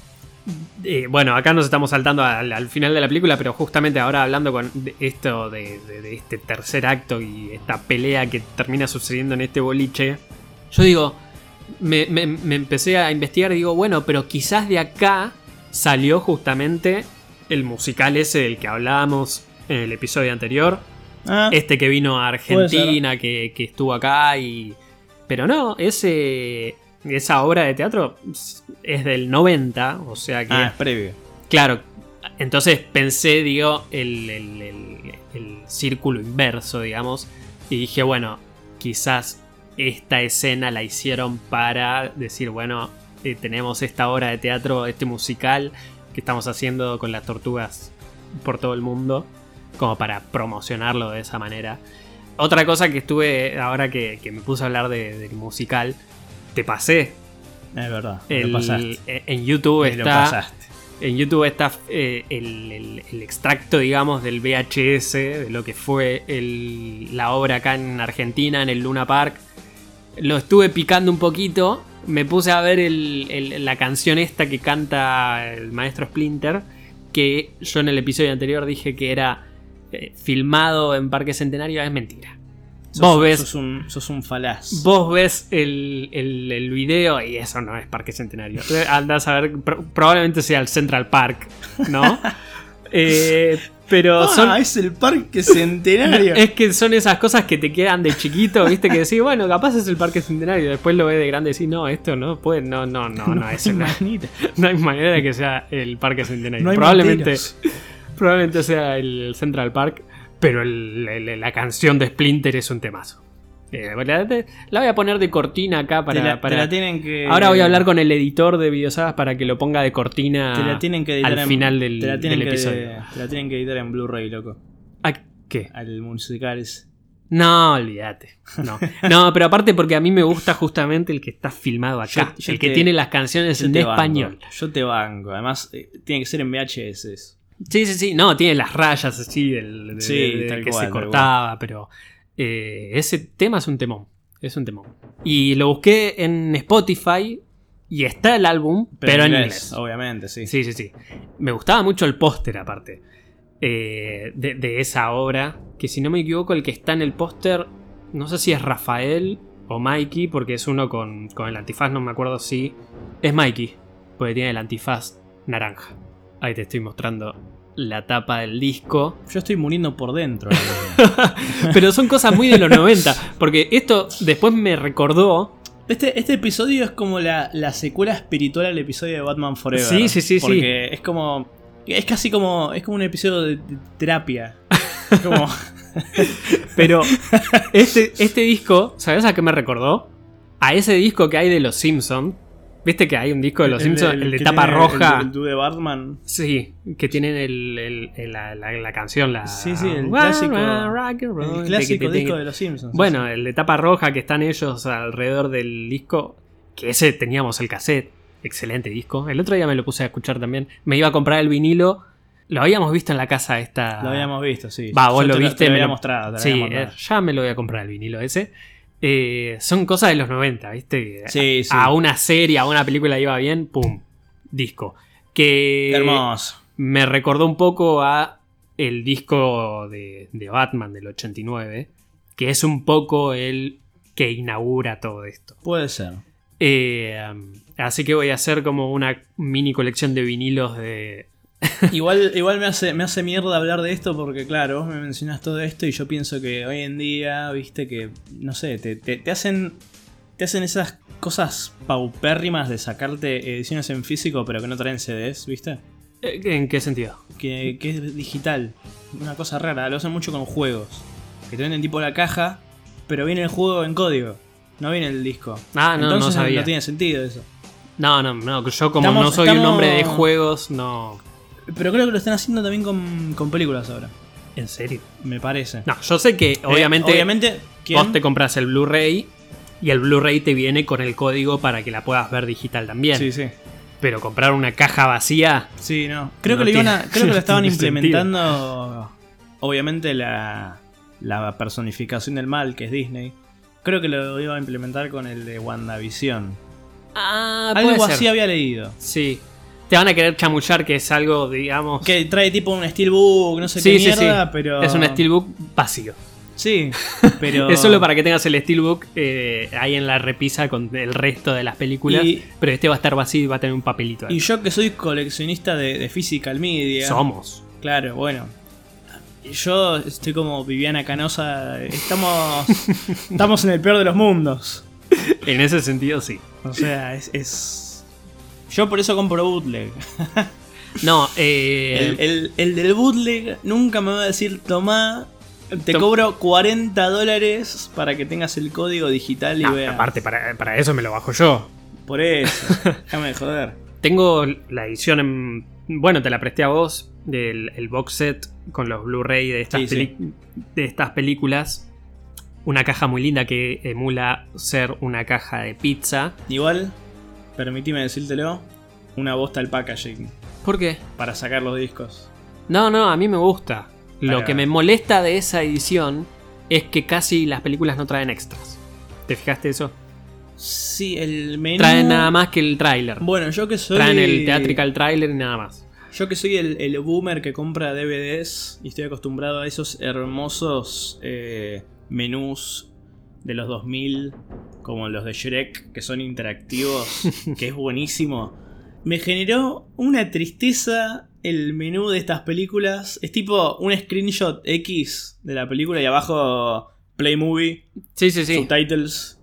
Speaker 1: Eh, bueno, acá nos estamos saltando al, al final de la película, pero justamente ahora hablando con de- esto de, de- de este tercer acto y esta pelea que termina sucediendo en este boliche, yo digo, me, me- me empecé a investigar y digo, bueno, pero quizás de acá salió justamente el musical ese del que hablábamos en el episodio anterior,
Speaker 2: Ah,
Speaker 1: este que vino a
Speaker 2: Puede ser.
Speaker 1: Argentina, que, que estuvo acá y... Pero no, ese, esa obra de teatro es del 90, o sea que...
Speaker 2: ah, es previo.
Speaker 1: Claro, entonces pensé, digo, el, el- el- el círculo inverso, digamos, y dije, bueno, quizás esta escena la hicieron para decir, bueno, eh, tenemos esta obra de teatro, este musical que estamos haciendo con las tortugas por todo el mundo, como para promocionarlo de esa manera. Otra cosa que estuve, ahora que, que me puse a hablar de- del musical, te pasé.
Speaker 2: Es verdad.
Speaker 1: el-
Speaker 2: lo pasaste.
Speaker 1: en- en YouTube
Speaker 2: Me lo
Speaker 1: está...
Speaker 2: pasaste.
Speaker 1: En YouTube está eh, el, el- el extracto, digamos, del VHS, de lo que fue el- la obra acá en Argentina, en el Luna Park. Lo estuve picando un poquito, me puse a ver el- el- la canción esta que canta el maestro Splinter, que yo en el episodio anterior dije que era eh, filmado en Parque Centenario, es mentira.
Speaker 2: Sos-
Speaker 1: Vos ves
Speaker 2: Sos un, sos un falaz.
Speaker 1: Vos ves el, el- el video y eso no es Parque Centenario. Andás a ver, pro- probablemente sea el Central Park, ¿no? Eh, Pero
Speaker 2: Ah,
Speaker 1: son.
Speaker 2: es el parque centenario.
Speaker 1: Es que son esas cosas que te quedan de chiquito, viste, que decís, bueno, capaz es el parque centenario, después lo ves de grande y decís, no, esto no puede, no, no, no, no, eso no.
Speaker 2: manita.
Speaker 1: No hay manera de que sea el parque centenario.
Speaker 2: No hay
Speaker 1: probablemente,
Speaker 2: manteros.
Speaker 1: probablemente sea el Central Park, pero el- el- la canción de Splinter es un temazo. Eh, la, te- la voy a poner de cortina acá para.
Speaker 2: te la, te
Speaker 1: para-
Speaker 2: la tienen que.
Speaker 1: Ahora voy a hablar con el editor de videosagas para que lo ponga de cortina.
Speaker 2: Te la tienen que editar
Speaker 1: al
Speaker 2: en-
Speaker 1: final del-
Speaker 2: te la tienen
Speaker 1: del
Speaker 2: que-
Speaker 1: episodio.
Speaker 2: Te la tienen que editar en Blu-ray, loco.
Speaker 1: ¿A qué?
Speaker 2: Al musical ese.
Speaker 1: No, olvídate. No. no, pero aparte porque a mí me gusta justamente el que está filmado acá.
Speaker 2: Yo- yo
Speaker 1: el que
Speaker 2: te-
Speaker 1: tiene las canciones
Speaker 2: Yo
Speaker 1: en
Speaker 2: te banco,
Speaker 1: español.
Speaker 2: Yo te banco. Además, eh, tiene que ser en VHS. eso.
Speaker 1: Sí, sí, sí. No, tiene las rayas así del, de-
Speaker 2: Sí,
Speaker 1: de- de
Speaker 2: tal
Speaker 1: que
Speaker 2: cual,
Speaker 1: se
Speaker 2: tal
Speaker 1: cortaba, pero eh, ese tema es un temón. Es un temón. Y lo busqué en Spotify y está el álbum, pero, en inglés.
Speaker 2: Obviamente, sí.
Speaker 1: Sí, sí, sí. Me gustaba mucho el póster, aparte. eh, de, de esa obra. Que si no me equivoco, el que está en el póster. No sé si es Rafael o Mikey, porque es uno con, con el antifaz, no me acuerdo si. Es Mikey, porque tiene el antifaz naranja. Ahí te estoy mostrando la tapa del disco.
Speaker 2: Yo estoy muriendo por dentro.
Speaker 1: Pero son cosas muy de los 90. Porque esto después me recordó
Speaker 2: este, este episodio es como la, la secuela espiritual al episodio de Batman Forever.
Speaker 1: Sí, sí, sí, sí.
Speaker 2: Porque es como. Es casi como. Es como un episodio de, de terapia. Es como.
Speaker 1: Pero este, este disco, ¿sabes a qué me recordó? A ese disco que hay de Los Simpsons. ¿Viste que hay un disco de Los
Speaker 2: el
Speaker 1: Simpsons?
Speaker 2: del-
Speaker 1: El, de
Speaker 2: que
Speaker 1: tapa
Speaker 2: tiene
Speaker 1: roja.
Speaker 2: El, el dude de Batman.
Speaker 1: Sí, que tienen el- el- el- la, la- la canción, la...
Speaker 2: Sí, sí, el
Speaker 1: Wah,
Speaker 2: clásico-
Speaker 1: wah, rock and roll,
Speaker 2: El clásico
Speaker 1: tiqui, tiqui.
Speaker 2: disco de los Simpsons.
Speaker 1: Bueno, el de tapa roja que están ellos alrededor del disco, que ese teníamos el cassette, excelente disco. El otro día me lo puse a escuchar también. Me iba a comprar el vinilo, lo habíamos visto en la casa esta...
Speaker 2: Lo habíamos visto, sí.
Speaker 1: Va, vos
Speaker 2: Yo
Speaker 1: lo
Speaker 2: te
Speaker 1: viste,
Speaker 2: Te lo
Speaker 1: me
Speaker 2: había
Speaker 1: lo-
Speaker 2: mostrado. te lo
Speaker 1: Sí,
Speaker 2: había
Speaker 1: eh,
Speaker 2: mostrado.
Speaker 1: ya me lo voy a comprar el vinilo ese. Eh, son cosas de los 90, ¿viste?
Speaker 2: Sí, sí.
Speaker 1: eh, A una serie, a una película iba bien, pum, disco. Que
Speaker 2: Hermoso.
Speaker 1: me recordó un poco a el disco de, de Batman del 89, que es un poco el que inaugura todo esto.
Speaker 2: Puede ser.
Speaker 1: Eh, um, así que voy a hacer como una mini colección de vinilos de...
Speaker 2: Igual, igual me, hace, me hace mierda hablar de esto porque, claro, vos me mencionás todo esto y yo pienso que hoy en día, viste, que, no sé, te, te- te hacen te hacen esas cosas paupérrimas de sacarte ediciones en físico pero que no traen CDs, viste,
Speaker 1: eh, ¿En qué sentido?
Speaker 2: que, que es digital, una cosa rara, lo hacen mucho con juegos, que te venden tipo la caja, pero viene el juego en código, no viene el disco.
Speaker 1: Ah, no,
Speaker 2: Entonces
Speaker 1: no sabía.
Speaker 2: no tiene sentido eso.
Speaker 1: No, no, no, yo como
Speaker 2: Estamos-
Speaker 1: no soy un
Speaker 2: estamos-
Speaker 1: hombre de juegos, no...
Speaker 2: Pero creo que lo están haciendo también con, con películas ahora,
Speaker 1: ¿En serio?
Speaker 2: me parece.
Speaker 1: No, yo sé que
Speaker 2: Eh,
Speaker 1: obviamente,
Speaker 2: obviamente ¿quién?
Speaker 1: vos te compras el Blu-ray y el Blu-ray te viene con el código para que la puedas ver digital también.
Speaker 2: Sí, sí.
Speaker 1: Pero comprar una caja vacía...
Speaker 2: Sí, no. Creo
Speaker 1: No
Speaker 2: que lo iban a-
Speaker 1: tiene-
Speaker 2: creo que lo
Speaker 1: no
Speaker 2: estaban
Speaker 1: tiene sentido.
Speaker 2: implementando. Obviamente la, la personificación del mal, que es Disney. Creo que lo iba a implementar con el de WandaVision.
Speaker 1: Ah,
Speaker 2: Algo así había leído.
Speaker 1: Sí. Te van a querer chamullar que es algo, digamos...
Speaker 2: Que trae tipo un steelbook, no sé
Speaker 1: Sí,
Speaker 2: qué
Speaker 1: sí, sí.
Speaker 2: mierda, pero.
Speaker 1: Es un steelbook vacío.
Speaker 2: Sí, pero.
Speaker 1: Es solo para que tengas el steelbook eh, ahí en la repisa con el resto de las películas.
Speaker 2: Y-
Speaker 1: Pero este va a estar vacío y va a tener un papelito ahí.
Speaker 2: Y yo que soy coleccionista de, de physical media.
Speaker 1: Somos.
Speaker 2: Claro, bueno. Yo estoy como Viviana Canosa. Estamos. estamos en el peor de los mundos.
Speaker 1: En ese sentido, sí.
Speaker 2: O sea, es. es- Yo por eso compro bootleg.
Speaker 1: No, eh...
Speaker 2: El, el- el del bootleg nunca me va a decir, tomá, te
Speaker 1: Tom-
Speaker 2: cobro 40 dólares para que tengas el código digital y
Speaker 1: Ah,
Speaker 2: veas.
Speaker 1: aparte, para, para eso me lo bajo yo.
Speaker 2: Por eso, déjame de joder.
Speaker 1: Tengo la edición en. Bueno, te la presté a vos. Del el box set con los Blu-ray de, estas
Speaker 2: Sí, sí.
Speaker 1: peli- de estas películas. Una caja muy linda que emula ser una caja de pizza.
Speaker 2: Igual, permitime decírtelo, una bosta al packaging
Speaker 1: ¿Por qué?
Speaker 2: para sacar los discos.
Speaker 1: No, no, a mí me gusta. Lo
Speaker 2: Dale,
Speaker 1: que
Speaker 2: dale.
Speaker 1: me molesta de esa edición es que casi las películas no traen extras. ¿Te fijaste eso?
Speaker 2: Sí, el menú...
Speaker 1: Traen nada más que el tráiler.
Speaker 2: Bueno, yo que soy...
Speaker 1: Traen el theatrical tráiler y nada más.
Speaker 2: Yo que soy el, el boomer que compra DVDs y estoy acostumbrado a esos hermosos eh, menús de los 2000, como los de Shrek, que son interactivos, que es buenísimo. me generó una tristeza el menú de estas películas. Es tipo un screenshot X de la película y abajo Play Movie,
Speaker 1: Sí, sí, sí.
Speaker 2: subtitles.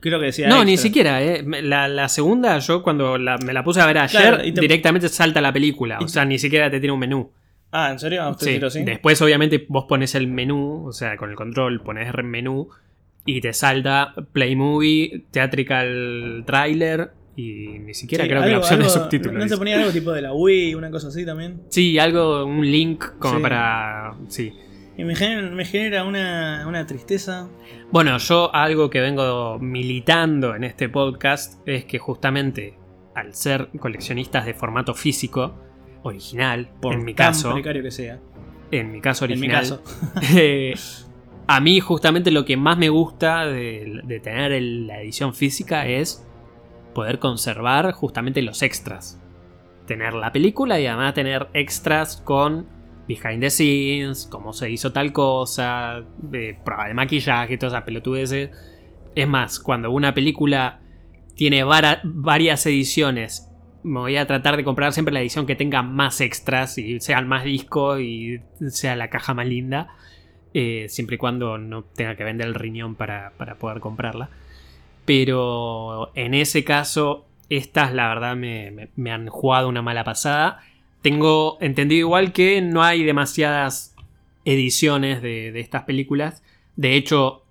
Speaker 2: Creo que decía.
Speaker 1: No,
Speaker 2: extra.
Speaker 1: ni siquiera. eh. Me- La, la segunda, yo cuando la- me la puse a ver ayer,
Speaker 2: Claro, y te-
Speaker 1: directamente salta la película.
Speaker 2: y
Speaker 1: O
Speaker 2: te-
Speaker 1: sea, ni siquiera te tiene un menú.
Speaker 2: Ah, ¿en serio? ¿A usted
Speaker 1: Sí.
Speaker 2: sí lo sí?
Speaker 1: Después, obviamente, vos pones el menú, o sea, con el control pones re- menú y te salta Play Movie, Theatrical Trailer y ni siquiera
Speaker 2: Sí,
Speaker 1: creo que la
Speaker 2: algo-
Speaker 1: opción de
Speaker 2: algo-
Speaker 1: subtítulos.
Speaker 2: ¿No se
Speaker 1: dice.
Speaker 2: ponía algo tipo de la Wii, una cosa así también?
Speaker 1: Sí, algo, un link como
Speaker 2: Sí.
Speaker 1: para. Sí.
Speaker 2: Y me genera, me genera una, una tristeza.
Speaker 1: Bueno, yo algo que vengo militando en este podcast es que justamente al ser coleccionistas de formato físico, original,
Speaker 2: Por
Speaker 1: en mi
Speaker 2: tan
Speaker 1: caso,
Speaker 2: precario que sea.
Speaker 1: en mi caso
Speaker 2: En mi
Speaker 1: original,
Speaker 2: caso.
Speaker 1: eh, a mí justamente lo que más me gusta de, de tener el- la edición física es poder conservar justamente los extras. Tener la película y además tener extras con behind the scenes, cómo se hizo tal cosa, de prueba de maquillaje, todas esas pelotudeces. Es más, cuando una película tiene vara- varias ediciones, me voy a tratar de comprar siempre la edición que tenga más extras y sean más discos y sea la caja más linda. eh, siempre y cuando no tenga que vender el riñón para, para poder comprarla. Pero en ese caso, estas la verdad me, me- me han jugado una mala pasada. Tengo entendido igual que no hay demasiadas ediciones de, de estas películas. De hecho,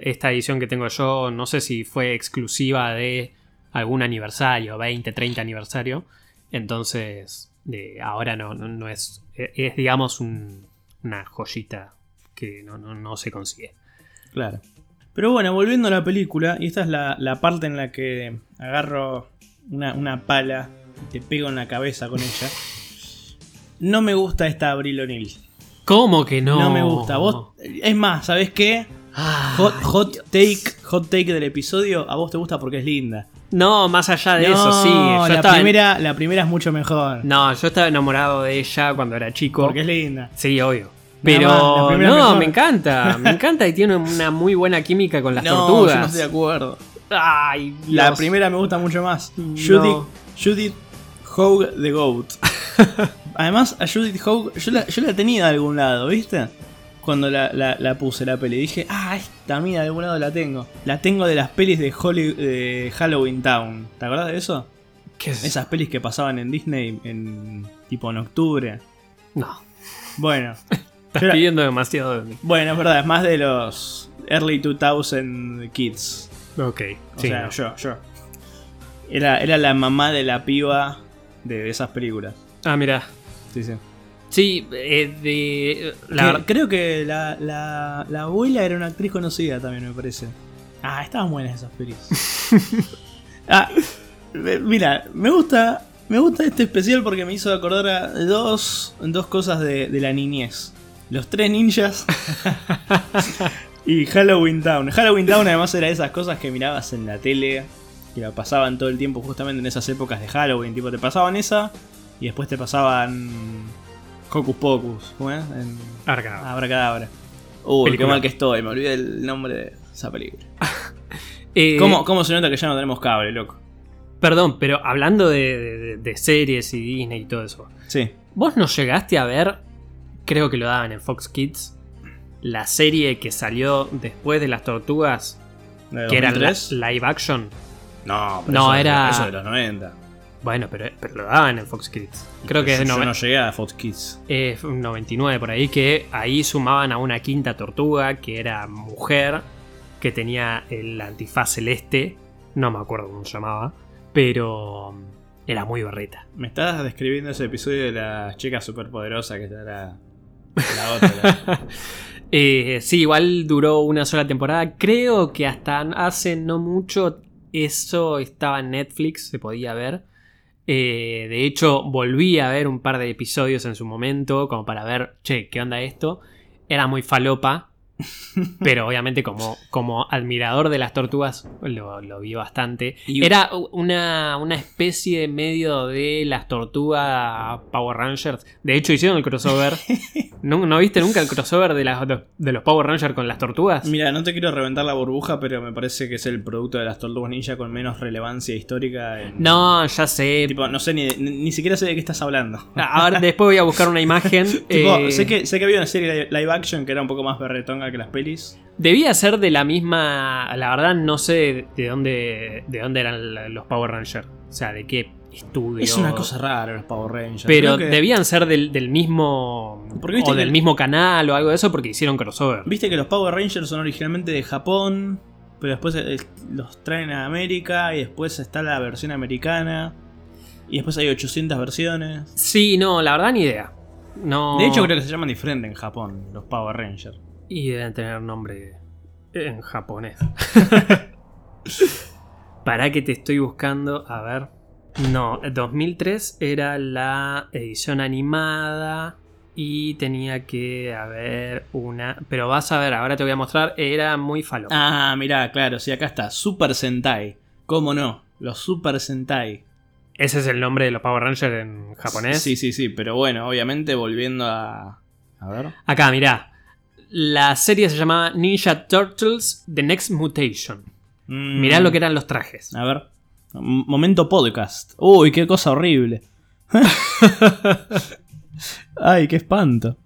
Speaker 1: esta edición que tengo yo, no sé si fue exclusiva de algún aniversario, 20, 30 aniversario. Entonces, eh, ahora no, no, no es, eh, es digamos un- una joyita que no, no, no se consigue.
Speaker 2: Claro. Pero bueno, volviendo a la película, y esta es la, la parte en la que agarro una, una pala y te pego en la cabeza con ella. No me gusta esta Abril O'Neill.
Speaker 1: ¿Cómo que no?
Speaker 2: No. me gusta. Vos, es más, ¿sabés qué?
Speaker 1: Ah,
Speaker 2: Hot, hot take, hot take del episodio, a vos te gusta porque es linda.
Speaker 1: No, más allá Ah, de
Speaker 2: No,
Speaker 1: eso, sí. Yo
Speaker 2: la,
Speaker 1: estaba-
Speaker 2: primera, la primera es mucho mejor.
Speaker 1: No, yo estaba enamorado de ella cuando era chico.
Speaker 2: Porque es linda.
Speaker 1: Sí, obvio.
Speaker 2: Nada
Speaker 1: Pero
Speaker 2: más, la primera
Speaker 1: no,
Speaker 2: mejor.
Speaker 1: me encanta. Me encanta y tiene una muy buena química con las
Speaker 2: no,
Speaker 1: tortugas.
Speaker 2: yo no estoy de acuerdo.
Speaker 1: Ay,
Speaker 2: La
Speaker 1: Dios.
Speaker 2: primera me gusta mucho más.
Speaker 1: No.
Speaker 2: Judith, Judith Hogue the Goat. Además, a Judith Hogue, yo la, yo la tenía de algún lado, ¿viste? Cuando la, la- la puse la peli. Dije, ah, esta mina de algún lado la tengo. La tengo de las pelis de, Holly- de Halloween Town. ¿Te acordás de eso?
Speaker 1: ¿Qué es?
Speaker 2: Esas pelis que pasaban en Disney en tipo en octubre.
Speaker 1: No,
Speaker 2: Bueno,
Speaker 1: estás
Speaker 2: Yo la-
Speaker 1: pidiendo demasiado de mí.
Speaker 2: bueno, es verdad, es más de los early 2000 kids.
Speaker 1: Ok,
Speaker 2: O
Speaker 1: sí,
Speaker 2: sea,
Speaker 1: no.
Speaker 2: yo, yo. Era, era la mamá de la piba de esas películas.
Speaker 1: Ah, mira.
Speaker 2: Sí, sí.
Speaker 1: Sí, eh, de. La
Speaker 2: Que-
Speaker 1: verdad-
Speaker 2: creo que la, la- la abuela era una actriz conocida también, me parece. Ah, estaban buenas esas pelis. ah, me- mira, me gusta. Me gusta este especial porque me hizo acordar a dos, dos cosas de, de la niñez. Los tres ninjas y Halloween Town. Halloween Town además era de esas cosas que mirabas en la tele, que la pasaban todo el tiempo justamente en esas épocas de Halloween. Tipo, te pasaban esa y después te pasaban Hocus Pocus. ¿cómo es? En-
Speaker 1: Arca.
Speaker 2: Abracadabra. Uy,
Speaker 1: Película.
Speaker 2: qué mal que estoy, me olvidé el nombre de esa película.
Speaker 1: Eh,
Speaker 2: ¿Cómo, ¿Cómo se nota que ya no tenemos cable, loco?
Speaker 1: Perdón, pero hablando de, de- de series y Disney y todo eso.
Speaker 2: Sí.
Speaker 1: ¿Vos no llegaste a ver? Creo que lo daban en Fox Kids. La serie que salió después de las tortugas, que era la- live action.
Speaker 2: No,
Speaker 1: pero No, eso- era- eso
Speaker 2: Eso
Speaker 1: de
Speaker 2: de los 90.
Speaker 1: Bueno, pero, pero lo daban en Fox Kids. Creo que es de
Speaker 2: yo,
Speaker 1: noven-
Speaker 2: no llegué a Fox Kids.
Speaker 1: eh, 99 por ahí, que ahí sumaban a una quinta tortuga que era mujer, que tenía el antifaz celeste, no me acuerdo cómo se llamaba, pero um, era muy berreta.
Speaker 2: Me estás describiendo ese episodio de la chica superpoderosa que está la, la otra. la-
Speaker 1: Eh, sí, igual duró una sola temporada, creo que hasta hace no mucho eso estaba en Netflix, se podía ver. Eh, de hecho, volví a ver un par de episodios en su momento, como para ver, che, ¿qué onda esto? Era muy falopa, Pero obviamente como, como admirador de las tortugas lo, lo vi bastante.
Speaker 3: Y-
Speaker 1: Era una, una especie de medio de las tortugas Power Rangers. De hecho hicieron el crossover. ¿No, no viste nunca el crossover de, las, de los Power Rangers con las tortugas?
Speaker 2: Mira, no te quiero reventar la burbuja, pero me parece que es el producto de las tortugas ninja con menos relevancia histórica. en-
Speaker 1: No, ya sé.
Speaker 2: Tipo, no sé ni, ni, ni siquiera sé de qué estás hablando.
Speaker 1: Ahora después voy a buscar una imagen.
Speaker 2: Tipo,
Speaker 1: eh,
Speaker 2: sé que, sé que había una serie li- live action que era un poco más berretonga que las pelis.
Speaker 1: Debía ser de la misma. La verdad, no sé de dónde, de dónde eran la- los Power Rangers. O sea, de qué estudio.
Speaker 2: Es una cosa rara los Power Rangers.
Speaker 1: Pero
Speaker 2: Creo que-
Speaker 1: debían ser del, del mismo.
Speaker 2: Porque viste
Speaker 1: o
Speaker 2: que-
Speaker 1: del mismo canal o algo de eso, porque hicieron crossover.
Speaker 2: Viste que los Power Rangers son originalmente de Japón, pero después eh, los traen a América y después está la versión americana. Y después hay 800 versiones.
Speaker 1: Sí, no, la verdad, ni idea. No.
Speaker 2: De hecho, creo que se llaman diferente en Japón, los Power Rangers.
Speaker 1: Y deben tener nombre en japonés. Para que te estoy buscando, a ver. No, 2003 era la edición animada y tenía que haber una... Pero vas a ver, ahora te voy a mostrar, era muy falo.
Speaker 2: Ah, mirá, claro, sí, acá está. Super Sentai. ¿Cómo no? Los Super Sentai.
Speaker 1: Ese es el nombre de los Power Rangers en japonés.
Speaker 2: Sí, sí, sí, pero bueno, obviamente volviendo a. A ver.
Speaker 1: Acá, mirá. La serie se llamaba Ninja Turtles The Next Mutation.
Speaker 2: Mm.
Speaker 1: Mirá lo que eran los trajes.
Speaker 2: A ver. M- Momento podcast. Uy, qué cosa horrible. Ay, qué espanto.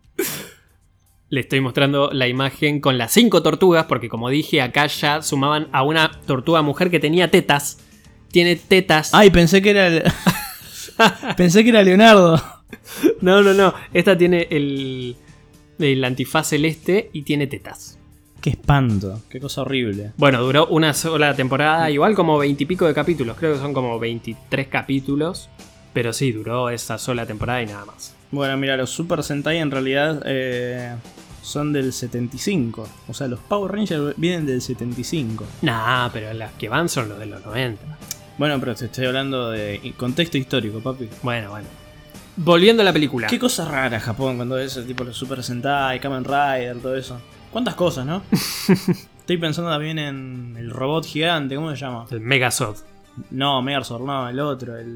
Speaker 1: Le estoy mostrando la imagen con las cinco tortugas, porque como dije, acá ya sumaban a una tortuga mujer que tenía tetas. Tiene tetas.
Speaker 2: Ay, pensé que era. el- pensé que era Leonardo.
Speaker 1: No, no, no. Esta tiene el, el antifaz celeste y tiene tetas.
Speaker 2: Qué espanto. Qué cosa horrible.
Speaker 1: Bueno, duró una sola temporada, igual como veintipico de capítulos. Creo que son como 23 capítulos. Pero sí, duró esa sola temporada y nada más.
Speaker 2: Bueno, mira, los Super Sentai en realidad eh, son del 75. O sea, los Power Rangers vienen del 75.
Speaker 1: Nah, pero las que van son los de los 90.
Speaker 2: Bueno, pero te estoy hablando de contexto histórico, papi.
Speaker 1: Bueno, bueno. Volviendo a la película.
Speaker 2: Qué cosa rara Japón cuando es tipo los Super Sentai, Kamen Rider, todo eso. ¿Cuántas cosas, no? Estoy pensando también en el robot gigante, ¿cómo se llama?
Speaker 1: El Megazord.
Speaker 2: No, Megazord, no, el otro, el...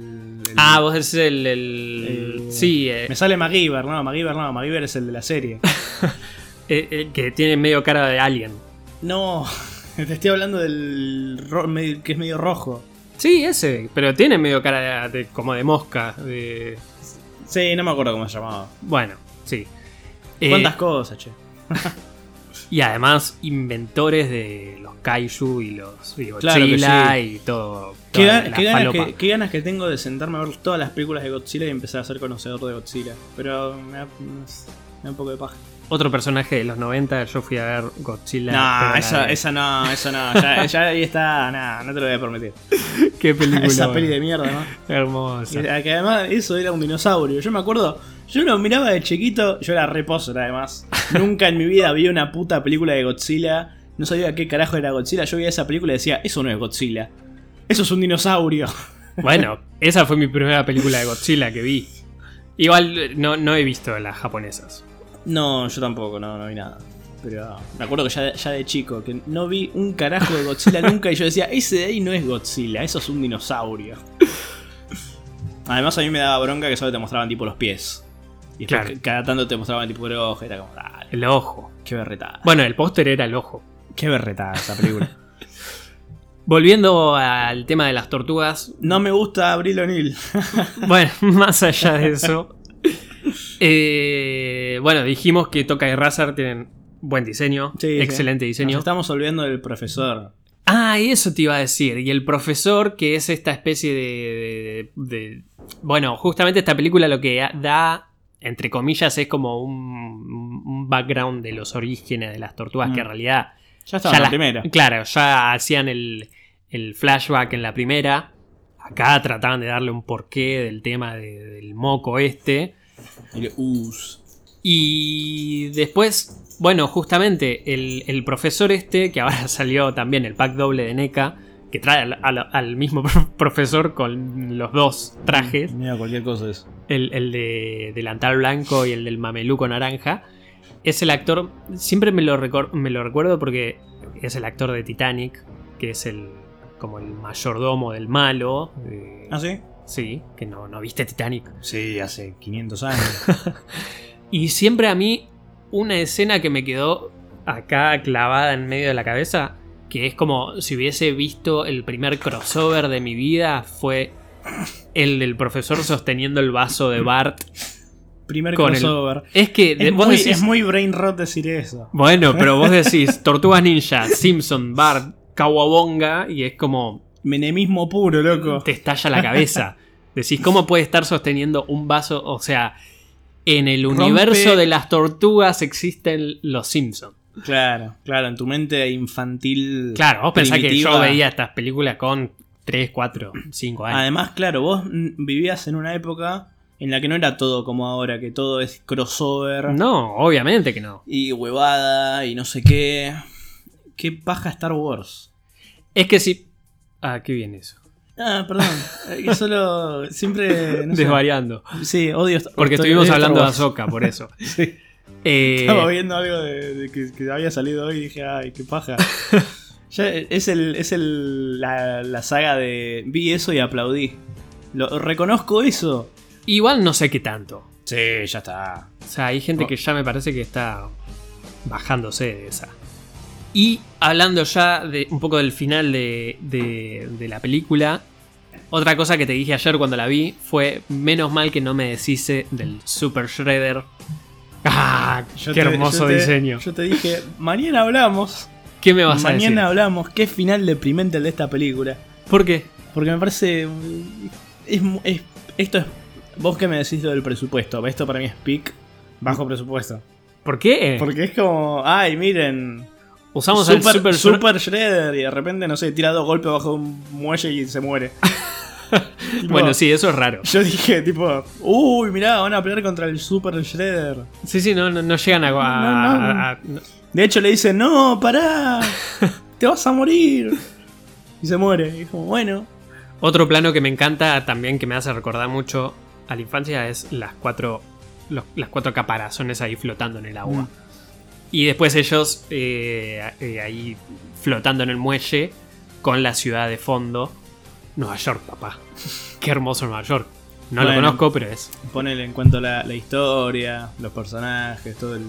Speaker 2: el-
Speaker 1: Ah, vos decís el. el-
Speaker 2: El-
Speaker 1: Sí, eh,
Speaker 2: Me sale MacGyver, no, MacGyver no, MacGyver es el de la serie.
Speaker 1: eh, eh, que tiene medio cara de alien.
Speaker 2: no, te estoy hablando del ro- me- que es medio rojo.
Speaker 1: Sí, ese, pero tiene medio cara de, de- como de mosca. de-
Speaker 2: Sí, no me acuerdo cómo se llamaba.
Speaker 1: Bueno, sí. Eh,
Speaker 2: ¿Cuántas cosas, che?
Speaker 1: y además, inventores de los kaiju y los y
Speaker 2: Claro que
Speaker 1: Godzilla
Speaker 2: sí.
Speaker 1: y todo.
Speaker 2: ¿Qué,
Speaker 1: toda
Speaker 2: ga-
Speaker 1: la
Speaker 2: qué ganas
Speaker 1: falopa.
Speaker 2: que, qué ganas que tengo de sentarme a ver todas las películas de Godzilla y empezar a ser conocedor de Godzilla. Pero me da, me da un poco de paja.
Speaker 1: Otro personaje de los 90, yo fui a ver Godzilla. pero
Speaker 2: no,
Speaker 1: la
Speaker 2: esa,
Speaker 1: de-
Speaker 2: esa no, esa no. Ya, ya ahí está, nada, no te lo voy a permitir.
Speaker 1: Qué película.
Speaker 2: Esa
Speaker 1: bueno.
Speaker 2: peli de mierda, ¿no?
Speaker 1: Hermosa.
Speaker 2: Y- Que además eso era un dinosaurio. Yo me acuerdo, yo lo miraba de chiquito, yo era reposer además. Nunca en mi vida vi una puta película de Godzilla. No sabía qué carajo era Godzilla. Yo veía esa película y decía, eso no es Godzilla. Eso es un dinosaurio.
Speaker 1: Bueno, esa fue mi primera película de Godzilla que vi. Igual eh, no, no he visto las japonesas.
Speaker 2: No, yo tampoco, no, no vi nada. Pero me acuerdo que ya, ya de chico, que no vi un carajo de Godzilla nunca y yo decía, ese de ahí no es Godzilla, eso es un dinosaurio. Además a mí me daba bronca que solo te mostraban tipo los pies. Y después
Speaker 1: Claro.
Speaker 2: cada tanto te mostraban tipo el ojo, y era como, dale,
Speaker 1: El ojo.
Speaker 2: qué berretada.
Speaker 1: Bueno, el póster era el ojo.
Speaker 2: Qué berretada esa película.
Speaker 1: Volviendo al tema de las tortugas,
Speaker 2: no me gusta Abril O'Neill.
Speaker 1: bueno, más allá de eso, eh, bueno, dijimos que Toca y Razar tienen buen diseño,
Speaker 2: Sí, sí.
Speaker 1: excelente
Speaker 2: Nos
Speaker 1: diseño.
Speaker 2: estamos olvidando del profesor.
Speaker 1: Ah, y eso te iba a decir, y el profesor, que es esta especie de... de- de- bueno, justamente esta película lo que da, entre comillas, es como un, un background de los orígenes de las tortugas, que en
Speaker 2: Mm.
Speaker 1: realidad
Speaker 2: Ya estaba en
Speaker 1: Ya
Speaker 2: la
Speaker 1: la-
Speaker 2: primera.
Speaker 1: Claro, ya hacían el, el flashback en la primera. Acá trataban de darle un porqué del tema de- del moco este.
Speaker 2: Y le- us.
Speaker 1: Y después, bueno, justamente el, el profesor este, que ahora salió también el pack doble de NECA, que trae al, al- al mismo profesor con los dos trajes,
Speaker 2: Mira, cualquier cosa es.
Speaker 1: el, el de delantal blanco y el del mameluco naranja. es el actor. Siempre me lo, recor- me lo recuerdo porque es el actor de Titanic, que es el como el mayordomo del malo. eh,
Speaker 2: ¿Ah, sí?
Speaker 1: Sí, que no, no viste Titanic.
Speaker 2: Sí, hace 500 años.
Speaker 1: Y siempre a mí una escena que me quedó acá clavada en medio de la cabeza, que es como si hubiese visto el primer crossover de mi vida, fue el del profesor sosteniendo el vaso de Bart.
Speaker 2: Primer
Speaker 1: Con el-
Speaker 2: crossover.
Speaker 1: Es que de-
Speaker 2: Es,
Speaker 1: vos
Speaker 2: muy,
Speaker 1: decís-
Speaker 2: es muy brain rot decir eso.
Speaker 1: Bueno, pero vos decís Tortugas Ninja, Simpson, Bart, Kawabonga y es como
Speaker 2: Menemismo puro, loco.
Speaker 1: te estalla la cabeza. Decís, ¿cómo puede estar sosteniendo un vaso? O sea, en el
Speaker 2: Rompe-
Speaker 1: universo de las tortugas existen los Simpsons.
Speaker 2: Claro, claro, en tu mente infantil.
Speaker 1: Claro, vos pensás que yo
Speaker 2: primitiva.
Speaker 1: veía estas películas con 3, 4, 5 años.
Speaker 2: Además, claro, vos mm, vivías en una época en la que no era todo como ahora, que todo es crossover
Speaker 1: No, obviamente que no.
Speaker 2: y huevada y no sé qué. Qué paja Star Wars.
Speaker 1: Es que si... Ah, qué bien eso.
Speaker 2: Ah, perdón. eh, que solo siempre. no sé.
Speaker 1: Desvariando.
Speaker 2: Sí, odio Star
Speaker 1: Porque
Speaker 2: odio
Speaker 1: estuvimos
Speaker 2: Star
Speaker 1: hablando de
Speaker 2: Wars.
Speaker 1: Azoka, por eso.
Speaker 2: Sí.
Speaker 1: Eh,
Speaker 2: Estaba viendo algo de, de que, que había salido hoy y dije, ay, qué paja. Ya, eh, es el, es el, la, la saga de. Vi eso y aplaudí. Lo, reconozco eso.
Speaker 1: igual no sé qué tanto.
Speaker 2: Sí, ya está.
Speaker 1: O sea, hay
Speaker 2: Oh.
Speaker 1: gente que ya me parece que está bajándose de esa. Y hablando ya de un poco del final de, de- de la película, otra cosa que te dije ayer cuando la vi fue, menos mal que no me deshice del Super Shredder. ¡Ah!
Speaker 2: Yo
Speaker 1: ¡Qué
Speaker 2: te-
Speaker 1: hermoso
Speaker 2: yo te-
Speaker 1: diseño!
Speaker 2: yo te dije, mañana hablamos.
Speaker 1: ¿Qué me vas a
Speaker 2: Mañana
Speaker 1: decir?
Speaker 2: hablamos. Qué final deprimente el de esta película.
Speaker 1: ¿Por qué?
Speaker 2: Porque me parece. mm, Es, mu- es- esto es. Vos que me decís lo del presupuesto. Esto para mí es pick.
Speaker 1: Mm.
Speaker 2: Bajo presupuesto.
Speaker 1: ¿Por qué?
Speaker 2: Porque es como. Ay, miren.
Speaker 1: Usamos
Speaker 2: super,
Speaker 1: al Super, Shredder.
Speaker 2: super Shredder. Y de repente, no sé, tira dos golpes bajo un muelle y se muere. Tipo,
Speaker 1: Bueno, sí, eso es raro.
Speaker 2: Yo dije, tipo. Uy, mirá, van a pelear contra el Super Shredder.
Speaker 1: Sí, sí, no, no, no llegan a... a-
Speaker 2: No, no, no.
Speaker 1: a- a- no.
Speaker 2: De hecho, le dice, no, pará. Te vas a morir. Y se muere. Y es como, bueno.
Speaker 1: Otro plano que me encanta también, que me hace recordar mucho a la infancia, es las cuatro, los- las cuatro caparazones ahí flotando en el agua.
Speaker 2: Mm.
Speaker 1: Y después ellos eh, eh, ahí flotando en el muelle con la ciudad de fondo. Nueva York, papá. Qué hermoso Nueva York. No lo
Speaker 2: Bueno.
Speaker 1: conozco, pero es.
Speaker 2: Ponele en cuanto la, la historia, los personajes, todo el.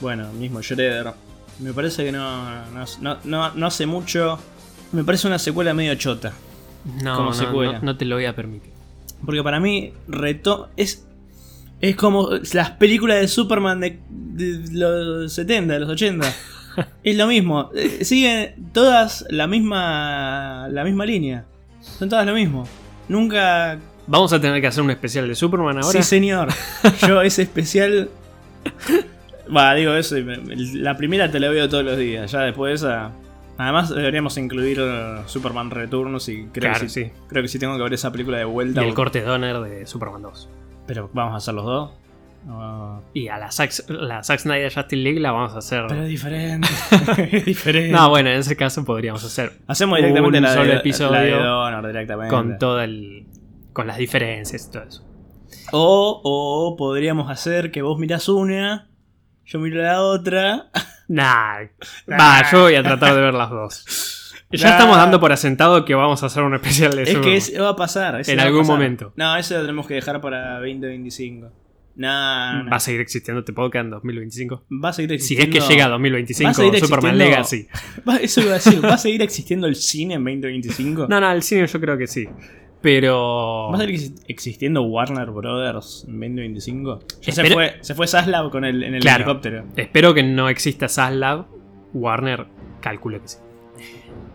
Speaker 2: Bueno, el mismo Shredder. Me parece que no, no, no- no- no hace mucho. Me parece una secuela medio chota.
Speaker 1: No,
Speaker 2: Como
Speaker 1: no,
Speaker 2: secuela.
Speaker 1: no- no te lo voy a permitir.
Speaker 2: Porque para mí, reto. Es, es como las películas de Superman de, de los 70, de los 80. es lo mismo. Eh, Siguen todas la misma, la misma línea. Son todas lo mismo. Nunca
Speaker 1: Vamos a tener que hacer un especial de Superman ahora.
Speaker 2: Sí, señor. Yo ese especial. Va, digo eso. y me- La primera te la veo todos los días. Ya después de esa. Además, deberíamos incluir eh, Superman Returns y creo,
Speaker 1: Claro,
Speaker 2: que sí,
Speaker 1: sí.
Speaker 2: creo que sí tengo que ver esa película de
Speaker 1: Y
Speaker 2: vuelta.
Speaker 1: el corte Donner de Superman 2.
Speaker 2: Pero vamos a hacer los dos. No.
Speaker 1: Y a la Zack, la Zack Snyder Justin League la vamos a hacer.
Speaker 2: Pero es diferente. es diferente.
Speaker 1: No, bueno, en ese caso podríamos hacer
Speaker 2: Hacemos directamente
Speaker 1: un
Speaker 2: la,
Speaker 1: solo
Speaker 2: de,
Speaker 1: episodio
Speaker 2: la de Donner directamente.
Speaker 1: con todo el. con las diferencias y todo eso.
Speaker 2: o, o podríamos hacer que vos mirás una, yo miro la otra.
Speaker 1: Nah. Va, yo voy a tratar de ver las dos. Ya
Speaker 2: Nah.
Speaker 1: estamos dando por asentado que vamos a hacer un especial de
Speaker 2: Es
Speaker 1: Superman.
Speaker 2: que ese va a pasar. ese
Speaker 1: En
Speaker 2: va a
Speaker 1: algún
Speaker 2: pasar.
Speaker 1: momento.
Speaker 2: No, ese lo tenemos que dejar para 2025. Nah, nah.
Speaker 1: Va a seguir existiendo este podcast en 2025.
Speaker 2: Va a seguir
Speaker 1: Si
Speaker 2: existiendo.
Speaker 1: es que llega a
Speaker 2: Va
Speaker 1: 2025,
Speaker 2: a seguir
Speaker 1: Superman
Speaker 2: existiendo-
Speaker 1: Legacy.
Speaker 2: Va- eso iba a decir. ¿Va a seguir existiendo el cine en 2025?
Speaker 1: No, no, el cine yo creo que sí. Pero.
Speaker 2: ¿Va a seguir exi- existiendo Warner Brothers en 2025? Ya se
Speaker 1: Espero-
Speaker 2: fue, se fue Zaslav con el, en el
Speaker 1: Claro.
Speaker 2: helicóptero.
Speaker 1: Espero que no exista Saslab. Warner, calculo que sí.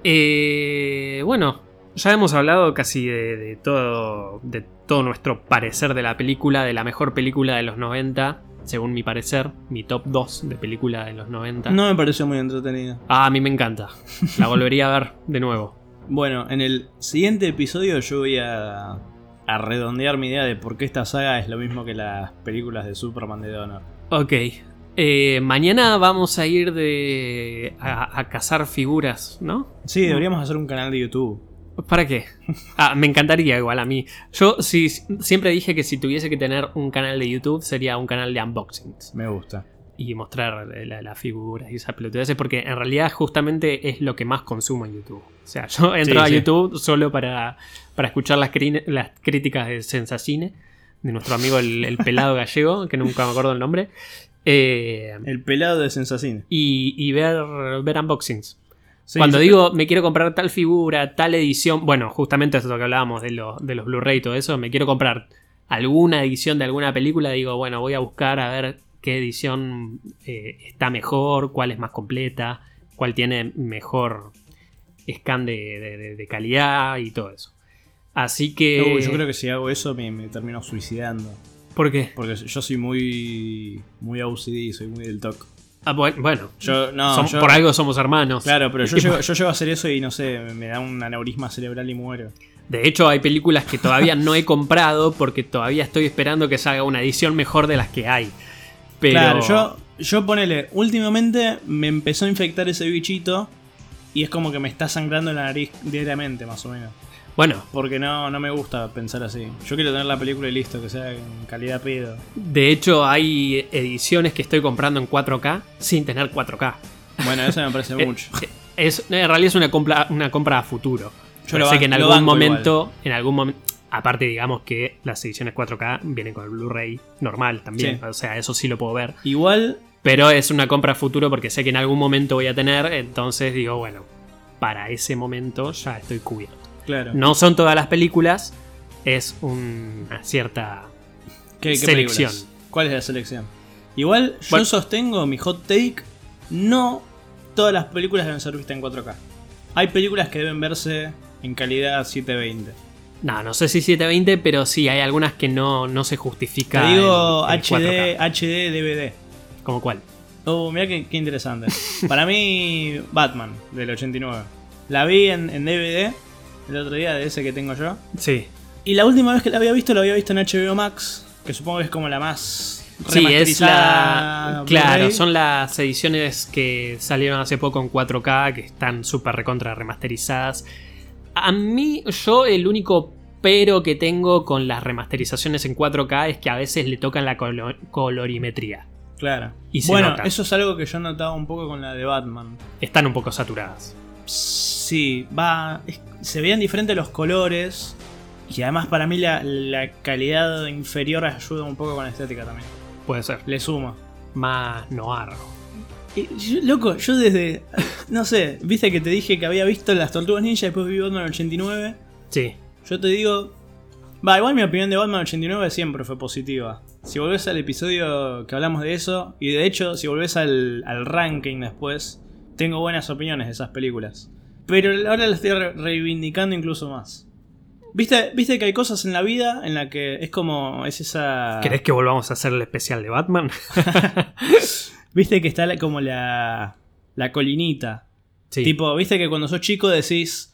Speaker 1: Eh, bueno, ya hemos hablado casi de, de todo, de todo nuestro parecer de la película, de la mejor película de los 90, según mi parecer, mi top 2 de película de los 90.
Speaker 2: No me pareció muy entretenido.
Speaker 1: Ah, a mí me encanta. La volvería a ver de nuevo.
Speaker 2: Bueno, en el siguiente episodio yo voy a, a redondear mi idea de por qué esta saga es lo mismo que las películas de Superman de Donner.
Speaker 1: Ok. Eh, mañana vamos a ir de a- a cazar figuras, ¿no?
Speaker 2: Sí, deberíamos hacer un canal de YouTube.
Speaker 1: ¿Para qué? Ah, me encantaría igual a mí. Yo sí, siempre dije que si tuviese que tener un canal de YouTube sería un canal de unboxings.
Speaker 2: Me gusta.
Speaker 1: y mostrar las la figuras y esas pelotudeces, porque en realidad justamente es lo que más consumo en YouTube. O sea, yo entro
Speaker 2: Sí,
Speaker 1: a
Speaker 2: sí.
Speaker 1: YouTube solo para, para escuchar las, crin- las críticas de Sensacine, de nuestro amigo el, el pelado gallego, que nunca me acuerdo el nombre, eh,
Speaker 2: El pelado de Sensacine.
Speaker 1: y, y ver, ver unboxings.
Speaker 2: Sí,
Speaker 1: Cuando
Speaker 2: yo-
Speaker 1: digo me quiero comprar tal figura, tal edición, bueno, justamente eso que hablábamos de, los- de los Blu-ray y todo eso, me quiero comprar alguna edición de alguna película, digo, bueno, voy a buscar a ver qué edición eh, está mejor, cuál es más completa, cuál tiene mejor scan de, de- de- de calidad y todo eso. Así que...
Speaker 2: Uy, yo creo que si hago eso me, me termino suicidando.
Speaker 1: ¿Por qué?
Speaker 2: Porque yo soy muy. Muy OCD, soy muy del toque.
Speaker 1: Ah, bu- bueno,
Speaker 2: Yo, no,
Speaker 1: som-
Speaker 2: yo-
Speaker 1: por algo somos hermanos.
Speaker 2: Claro, pero yo
Speaker 1: Tipo-
Speaker 2: llego, yo llego a hacer eso y no sé, me da un aneurisma cerebral y muero.
Speaker 1: De hecho, hay películas que todavía no he comprado porque todavía estoy esperando que salga una edición mejor de las que hay. Pero
Speaker 2: Claro, yo, yo ponele, últimamente me empezó a infectar ese bichito y es como que me está sangrando la nariz diariamente, más o menos.
Speaker 1: bueno,
Speaker 2: Porque no, no me gusta pensar así. Yo quiero tener la película y listo, que sea en calidad pedo.
Speaker 1: de hecho hay ediciones que estoy comprando en 4K sin tener 4K.
Speaker 2: Bueno, eso me parece
Speaker 1: Eh,
Speaker 2: mucho.
Speaker 1: eh, Es, en realidad es una compra, una compra a futuro.
Speaker 2: Yo
Speaker 1: Yo
Speaker 2: lo
Speaker 1: sé
Speaker 2: ban-
Speaker 1: que en
Speaker 2: lo
Speaker 1: algún
Speaker 2: banco
Speaker 1: momento, en algún momento, aparte digamos que las ediciones 4K vienen con el Blu-ray normal también,
Speaker 2: Sí.
Speaker 1: o sea, eso sí lo puedo ver.
Speaker 2: Igual,
Speaker 1: Pero es una compra a futuro porque sé que en algún momento voy a tener, entonces digo, bueno, para ese momento ya estoy cubierto.
Speaker 2: claro.
Speaker 1: No son todas las películas, es una cierta...
Speaker 2: ¿Qué, qué
Speaker 1: Selección.
Speaker 2: películas? ¿Cuál es la selección? Igual, yo
Speaker 1: Bueno.
Speaker 2: sostengo mi hot take. No todas las películas deben ser vistas en 4K. Hay películas que deben verse en calidad 720.
Speaker 1: No, no sé si 720, pero sí, hay algunas que no, no se
Speaker 2: Te
Speaker 1: justifica.
Speaker 2: digo
Speaker 1: en- en 4K.
Speaker 2: HD, HD, DVD.
Speaker 1: ¿Como cuál?
Speaker 2: Oh, mirá qué, qué interesante. Para mí, Batman, del 89. La vi en, en DVD el otro día, de ese que tengo yo.
Speaker 1: Sí.
Speaker 2: Y la última vez que la había visto, la había visto en HBO Max, que supongo que es como la más.
Speaker 1: Sí, es la...
Speaker 2: remasterizada
Speaker 1: Claro,
Speaker 2: Blu-ray.
Speaker 1: son las ediciones que salieron hace poco en 4K, que están súper recontra remasterizadas. A mí, yo el único pero que tengo con las remasterizaciones en 4K es que a veces le tocan la colo- colorimetría.
Speaker 2: Claro.
Speaker 1: Y se
Speaker 2: bueno,
Speaker 1: nota.
Speaker 2: eso es algo que yo notaba un poco con la de Batman.
Speaker 1: Están un poco saturadas.
Speaker 2: Sí, va. es- se veían diferentes los colores. Y además, para mí, la, la calidad inferior ayuda un poco con la estética también.
Speaker 1: Puede ser.
Speaker 2: Le suma.
Speaker 1: Más noir.
Speaker 2: Y yo- loco, yo desde. No sé, viste que te dije que había visto las Tortugas Ninja, después vi Batman 89.
Speaker 1: Sí.
Speaker 2: Yo te digo. Va, igual mi opinión de Batman 89 siempre fue positiva. Si volvés al episodio que hablamos de eso, y de hecho, si volvés al, al ranking después, tengo buenas opiniones de esas películas. Pero ahora las estoy re- reivindicando incluso más. ¿Viste, viste que hay cosas en la vida en la que es como. Es esa.
Speaker 1: ¿Querés que volvamos a hacer el especial de Batman?
Speaker 2: Viste que está la- como la. La colinita.
Speaker 1: Sí.
Speaker 2: Tipo, viste que cuando sos chico decís,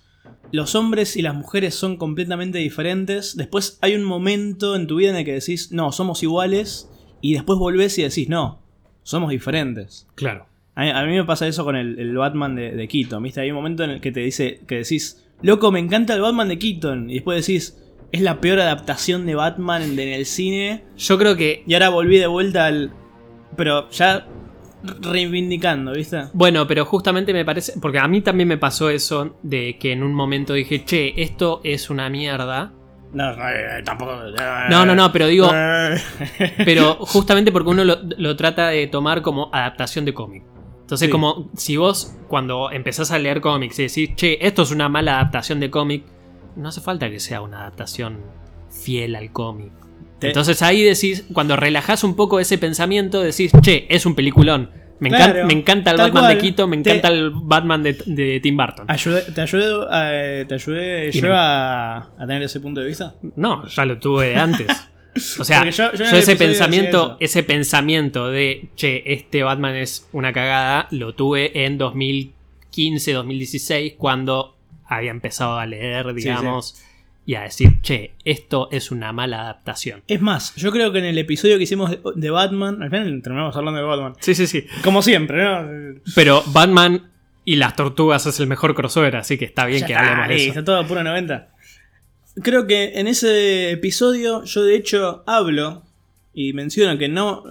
Speaker 2: los hombres y las mujeres son completamente diferentes. Después hay un momento en tu vida en el que decís, no, somos iguales. Y después volvés y decís, no, somos diferentes.
Speaker 1: Claro.
Speaker 2: A mí, a mí me pasa eso con el, el Batman de, de Keaton, ¿viste? Hay un momento en el que te dice, que decís, loco, me encanta el Batman de Keaton. Y después decís, es la peor adaptación de Batman en, en el cine.
Speaker 1: Yo creo que.
Speaker 2: Y ahora volví de vuelta al... Pero ya reivindicando, ¿viste?
Speaker 1: Bueno, pero justamente me parece. Porque a mí también me pasó eso de que en un momento dije, che, esto es una mierda.
Speaker 2: No, eh, tampoco...
Speaker 1: No, no, no, pero digo.
Speaker 2: Eh.
Speaker 1: Pero justamente porque uno lo, lo trata de tomar como adaptación de cómic. Entonces,
Speaker 2: Sí.
Speaker 1: como si vos, cuando empezás a leer cómics y decís, che, esto es una mala adaptación de cómic, no hace falta que sea una adaptación fiel al cómic.
Speaker 2: Te-
Speaker 1: Entonces ahí decís, cuando relajás un poco ese pensamiento, decís, che, es un peliculón. Me,
Speaker 2: Claro,
Speaker 1: encanta, me encanta el
Speaker 2: tal
Speaker 1: Batman de
Speaker 2: cual.
Speaker 1: Quito, me
Speaker 2: Te-
Speaker 1: encanta el Batman de, de Tim Burton.
Speaker 2: Ayudé- te ayudé, eh, te ayudé
Speaker 1: Y
Speaker 2: yo
Speaker 1: no.
Speaker 2: a, a tener ese punto de vista.
Speaker 1: No, ya lo tuve de antes. O sea,
Speaker 2: Porque yo-
Speaker 1: yo,
Speaker 2: yo en el
Speaker 1: ese
Speaker 2: episodio
Speaker 1: pensamiento,
Speaker 2: decía eso.
Speaker 1: ese pensamiento de che, este Batman es una cagada, lo tuve en 2015, 2016, cuando había empezado a leer, digamos, y a decir, che, esto es una mala adaptación.
Speaker 2: Es más, yo creo que en el episodio que hicimos de- de Batman, al final terminamos hablando de Batman.
Speaker 1: Sí, sí, sí.
Speaker 2: Como siempre, ¿no?
Speaker 1: Pero Batman y las tortugas es el mejor crossover, así que está bien
Speaker 2: Ya
Speaker 1: que
Speaker 2: está,
Speaker 1: hablemos de
Speaker 2: ahí,
Speaker 1: eso.
Speaker 2: está todo puro 90. Creo que en ese episodio yo de hecho hablo y menciono que no,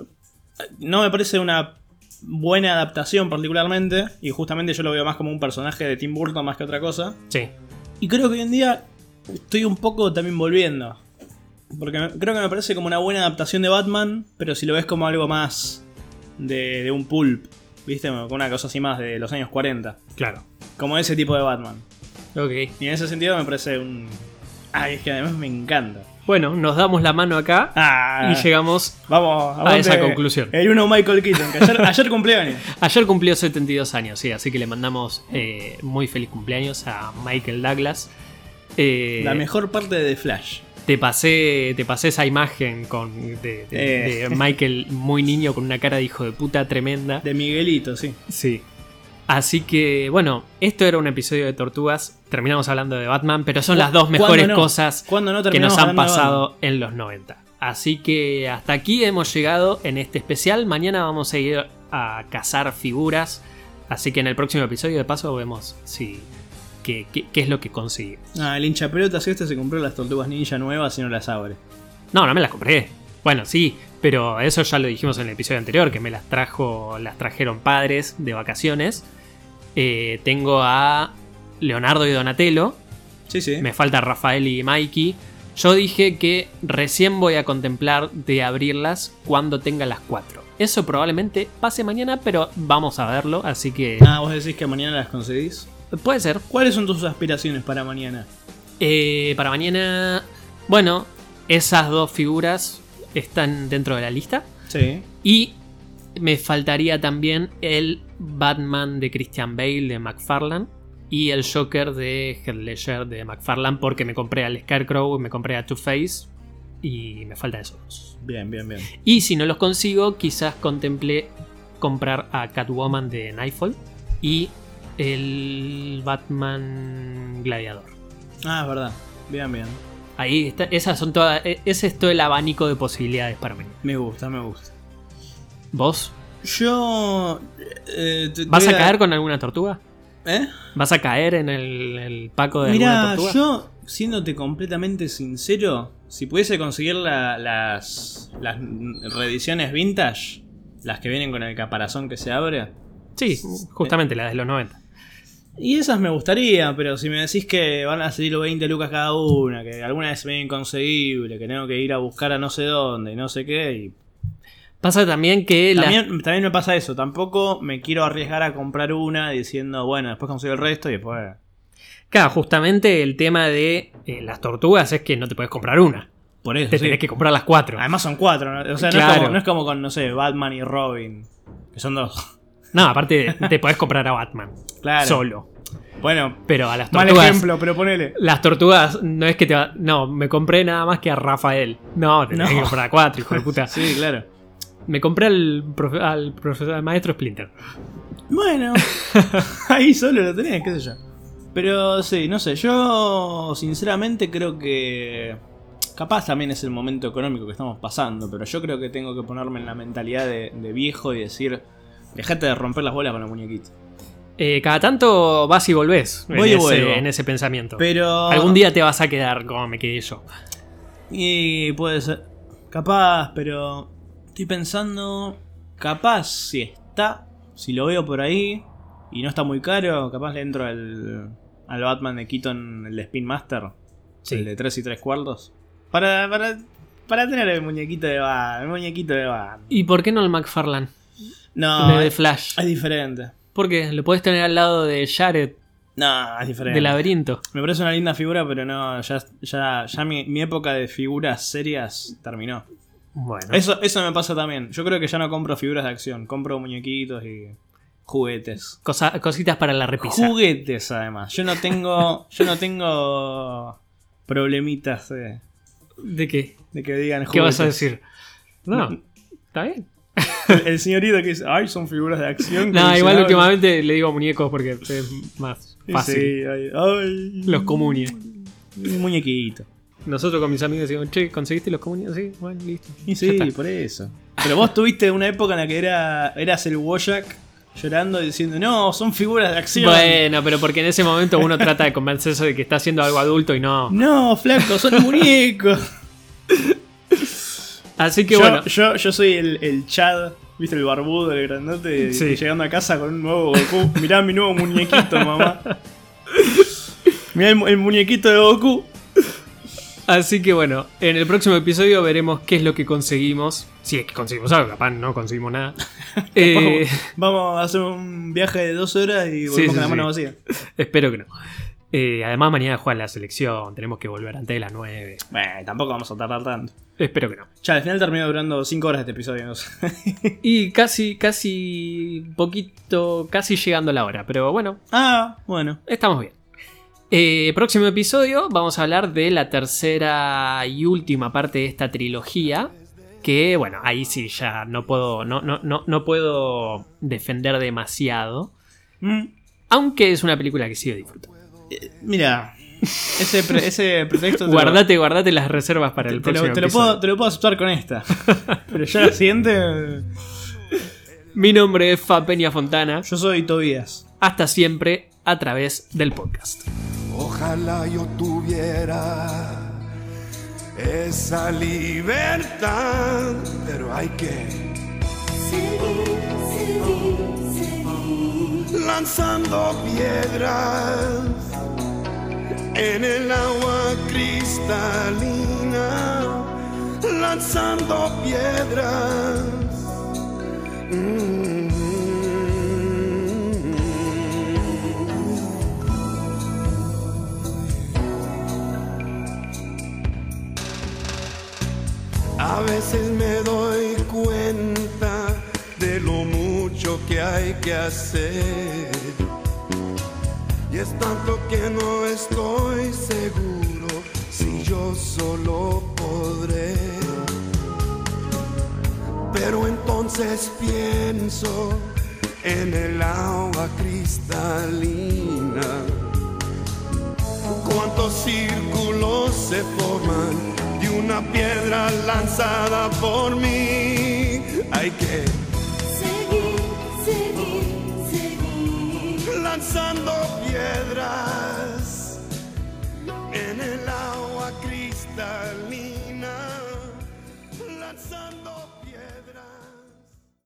Speaker 2: no me parece una buena adaptación particularmente, y justamente yo lo veo más como un personaje de Tim Burton más que otra cosa.
Speaker 1: Sí.
Speaker 2: Y creo que hoy en día estoy un poco también volviendo. Porque me- creo que me parece como una buena adaptación de Batman, pero si lo ves como algo más de, de un pulp, ¿viste? Como una cosa así más de los años 40.
Speaker 1: Claro.
Speaker 2: Como ese tipo de Batman.
Speaker 1: Ok.
Speaker 2: Y en ese sentido me parece un... Ay, es que además me encanta.
Speaker 1: Bueno, nos damos la mano acá
Speaker 2: Ah,
Speaker 1: y llegamos.
Speaker 2: vamos
Speaker 1: a esa
Speaker 2: aguante
Speaker 1: conclusión.
Speaker 2: El uno Michael Keaton, que ayer, ayer cumpleaños.
Speaker 1: Ayer cumplió 72 años, sí, así que le mandamos eh, muy feliz cumpleaños a Michael Douglas. Eh,
Speaker 2: La mejor parte de The Flash.
Speaker 1: te pasé, te pasé esa imagen con, de, de-
Speaker 2: Eh.
Speaker 1: de Michael muy niño con una cara de hijo de puta tremenda.
Speaker 2: De Miguelito, sí.
Speaker 1: Sí. Así que, bueno, esto era un episodio de Tortugas. Terminamos hablando de Batman, pero son las dos
Speaker 2: ¿Cuándo
Speaker 1: mejores
Speaker 2: no?
Speaker 1: cosas
Speaker 2: ¿Cuándo no
Speaker 1: que
Speaker 2: terminamos
Speaker 1: nos han
Speaker 2: hablando de
Speaker 1: pasado en los 90. Así que hasta aquí hemos llegado en este especial. Mañana vamos a ir a cazar figuras. Así que en el próximo episodio, de paso, vemos si qué, qué- qué es lo que consigue.
Speaker 2: Batman? Ah, el hincha pelota, si este se compró las tortugas ninja nuevas y no las abre.
Speaker 1: No, no me las compré. Bueno, sí, pero eso ya lo dijimos en el episodio anterior, que me las trajo, las trajeron padres de vacaciones. Eh, tengo a Leonardo y Donatello,
Speaker 2: Sí, sí.
Speaker 1: Me falta Rafael y Mikey. Yo dije que recién voy a contemplar de abrirlas cuando tenga las 4. Eso probablemente pase mañana, pero vamos a verlo, así que
Speaker 2: Ah, vos decís que mañana las conseguís.
Speaker 1: puede ser.
Speaker 2: ¿Cuáles son tus aspiraciones para mañana?
Speaker 1: Eh, para mañana, bueno, esas dos figuras están dentro de la lista.
Speaker 2: Sí.
Speaker 1: Y me faltaría también el Batman de Christian Bale de McFarlane y el Joker de Heath Ledger de McFarlane porque me compré al Scarecrow, me compré a Two-Face y me faltan esos dos.
Speaker 2: Bien, bien, bien.
Speaker 1: Y si no los consigo, quizás contemplé comprar a Catwoman de Nightfall y el Batman Gladiador.
Speaker 2: Ah, es verdad. Bien, bien.
Speaker 1: Ahí está, esas son todas, e- ese es todo el abanico de posibilidades para mí.
Speaker 2: Me gusta, me gusta.
Speaker 1: ¿Vos?
Speaker 2: Yo. eh, te-
Speaker 1: ¿Vas
Speaker 2: te
Speaker 1: a
Speaker 2: voy
Speaker 1: caer con alguna tortuga?
Speaker 2: ¿Eh?
Speaker 1: ¿Vas a caer en el, el paco de alguna
Speaker 2: Mira,
Speaker 1: tortuga?
Speaker 2: yo, siéndote completamente sincero, si pudiese conseguir la- las, las reediciones vintage, las que vienen con el caparazón que se abre,
Speaker 1: Sí, justamente la de los 90.
Speaker 2: Y esas me gustaría, pero si me decís que van a salir 20 lucas cada una, que alguna es medio inconseguible, que tengo que ir a buscar a no sé dónde y no sé qué. y-
Speaker 1: Pasa también que la-
Speaker 2: También, también me pasa eso, tampoco me quiero arriesgar a comprar una diciendo, bueno, después consigo el resto y después.
Speaker 1: Claro, justamente el tema de eh, las tortugas es que no te puedes comprar una.
Speaker 2: Por eso.
Speaker 1: Te
Speaker 2: sí. Ah.
Speaker 1: tenés que comprar las cuatro.
Speaker 2: Además son cuatro, ¿no? o sea, no, es
Speaker 1: Claro.
Speaker 2: como, no es como con, no sé, Batman y Robin, que son dos.
Speaker 1: No, aparte te podés comprar a Batman
Speaker 2: Claro.
Speaker 1: solo.
Speaker 2: Bueno,
Speaker 1: Pero a las
Speaker 2: mal
Speaker 1: tortugas.
Speaker 2: ejemplo, pero ponele.
Speaker 1: Las tortugas no es que te va... No, me compré nada más que a Rafael. No, te tenés
Speaker 2: No.
Speaker 1: que comprar a cuatro, hijo de puta.
Speaker 2: Sí, claro.
Speaker 1: Me compré al, profe- al, profesor- al maestro Splinter.
Speaker 2: Bueno, ahí solo lo tenés, qué sé yo. Pero sí, no sé, yo sinceramente creo que. Capaz también es el momento económico que estamos pasando, pero yo creo que tengo que ponerme en la mentalidad de, de viejo y decir: Dejate de romper las bolas con los muñequitos.
Speaker 1: Eh, cada tanto vas y volvés en,
Speaker 2: Voy y
Speaker 1: ese,
Speaker 2: vuelvo.
Speaker 1: en ese pensamiento.
Speaker 2: Pero.
Speaker 1: Algún día te vas a quedar como me quedé yo.
Speaker 2: Y puede ser. Capaz, pero. Estoy pensando. Capaz si está. Si lo veo por ahí. Y no está muy caro. Capaz le entro al. al Batman de Keaton, el de Spin Master.
Speaker 1: Sí.
Speaker 2: El de 3 y 3 cuartos. Para. para. Para tener el muñequito de Batman. El muñequito de Batman.
Speaker 1: ¿Y por qué no el McFarlane?
Speaker 2: No.
Speaker 1: de The
Speaker 2: Es,
Speaker 1: Flash.
Speaker 2: es diferente.
Speaker 1: Porque lo podés tener al lado de Jared,
Speaker 2: No, es diferente.
Speaker 1: de Laberinto.
Speaker 2: Me parece una linda figura, pero no, ya, ya, ya mi, mi época de figuras serias terminó.
Speaker 1: Bueno.
Speaker 2: Eso, eso me pasa también. Yo creo que ya no compro figuras de acción, compro muñequitos y juguetes.
Speaker 1: Cosa- cositas para la repisa.
Speaker 2: Juguetes además. Yo no tengo. Yo no tengo problemitas de,
Speaker 1: ¿De qué?
Speaker 2: de que digan juguetes.
Speaker 1: ¿Qué vas a decir?
Speaker 2: No.
Speaker 1: No. ¿Está bien?
Speaker 2: El, el señorito que dice, ay, son figuras de acción.
Speaker 1: No, igual
Speaker 2: coleccionables".
Speaker 1: últimamente le digo muñecos porque es más
Speaker 2: Y
Speaker 1: fácil.
Speaker 2: sí, ay, ay,
Speaker 1: Los comunes.
Speaker 2: Un muñequito.
Speaker 1: Nosotros con mis amigos decimos, che, ¿conseguiste los comunes? Sí, bueno, listo. Ya
Speaker 2: Y sí,
Speaker 1: está.
Speaker 2: por eso. Pero vos tuviste una época en la que era, eras el Wojak llorando y diciendo, no, son figuras de acción.
Speaker 1: Bueno, pero porque en ese momento uno trata de convencerse de que está haciendo algo adulto y no.
Speaker 2: No, flaco, son muñecos.
Speaker 1: Así que
Speaker 2: yo,
Speaker 1: bueno,
Speaker 2: yo, yo soy el, el Chad ¿Viste el barbudo, el grandote?
Speaker 1: Sí.
Speaker 2: Y llegando a casa con un nuevo Goku. Mirá mi nuevo muñequito, mamá. Mirá el, mu- el muñequito de Goku.
Speaker 1: Así que bueno, en el próximo episodio veremos qué es lo que conseguimos. Si es que conseguimos algo, capaz no conseguimos nada. Eh,
Speaker 2: Vamos, vamos a hacer un viaje de dos horas y volvemos
Speaker 1: Sí, sí,
Speaker 2: con la
Speaker 1: sí.
Speaker 2: mano vacía.
Speaker 1: espero que no. Eh, además, mañana juega la selección. Tenemos que volver antes de las 9.
Speaker 2: Bueno, tampoco vamos a tardar tanto.
Speaker 1: Espero que no.
Speaker 2: Ya, al final terminó durando 5 horas este episodio. no sé.
Speaker 1: Y casi, casi, poquito, casi llegando la hora. Pero bueno,
Speaker 2: ah, bueno.
Speaker 1: estamos bien. Eh, próximo episodio vamos a hablar de la tercera y última parte de esta trilogía. Que bueno, ahí sí ya no puedo, no, no, no, no puedo defender demasiado.
Speaker 2: Mm,
Speaker 1: Aunque es una película que sí disfruto.
Speaker 2: eh, mira, ese, pre- ese pretexto. te lo-
Speaker 1: Guardate, guardate las reservas para el
Speaker 2: te
Speaker 1: próximo
Speaker 2: lo, te lo
Speaker 1: episodio.
Speaker 2: puedo, te lo puedo aceptar con esta. Pero ya la siguiente.
Speaker 1: Mi nombre es Fa Peña Fontana.
Speaker 2: Yo soy Tobías.
Speaker 1: Hasta siempre a través del podcast.
Speaker 3: Ojalá yo tuviera esa libertad, pero hay que
Speaker 4: Seguir, seguir, seguir.
Speaker 3: lanzando piedras en el agua cristalina, lanzando piedras. Mm. A veces me doy cuenta de lo mucho que hay que hacer. Y es tanto que no estoy seguro si yo solo podré. Pero entonces pienso en el agua cristalina cuántos círculos se forman de una piedra lanzada por mí. Hay que
Speaker 4: Seguir, seguir, seguir.
Speaker 3: lanzando piedras en el agua cristalina, lanzando piedras.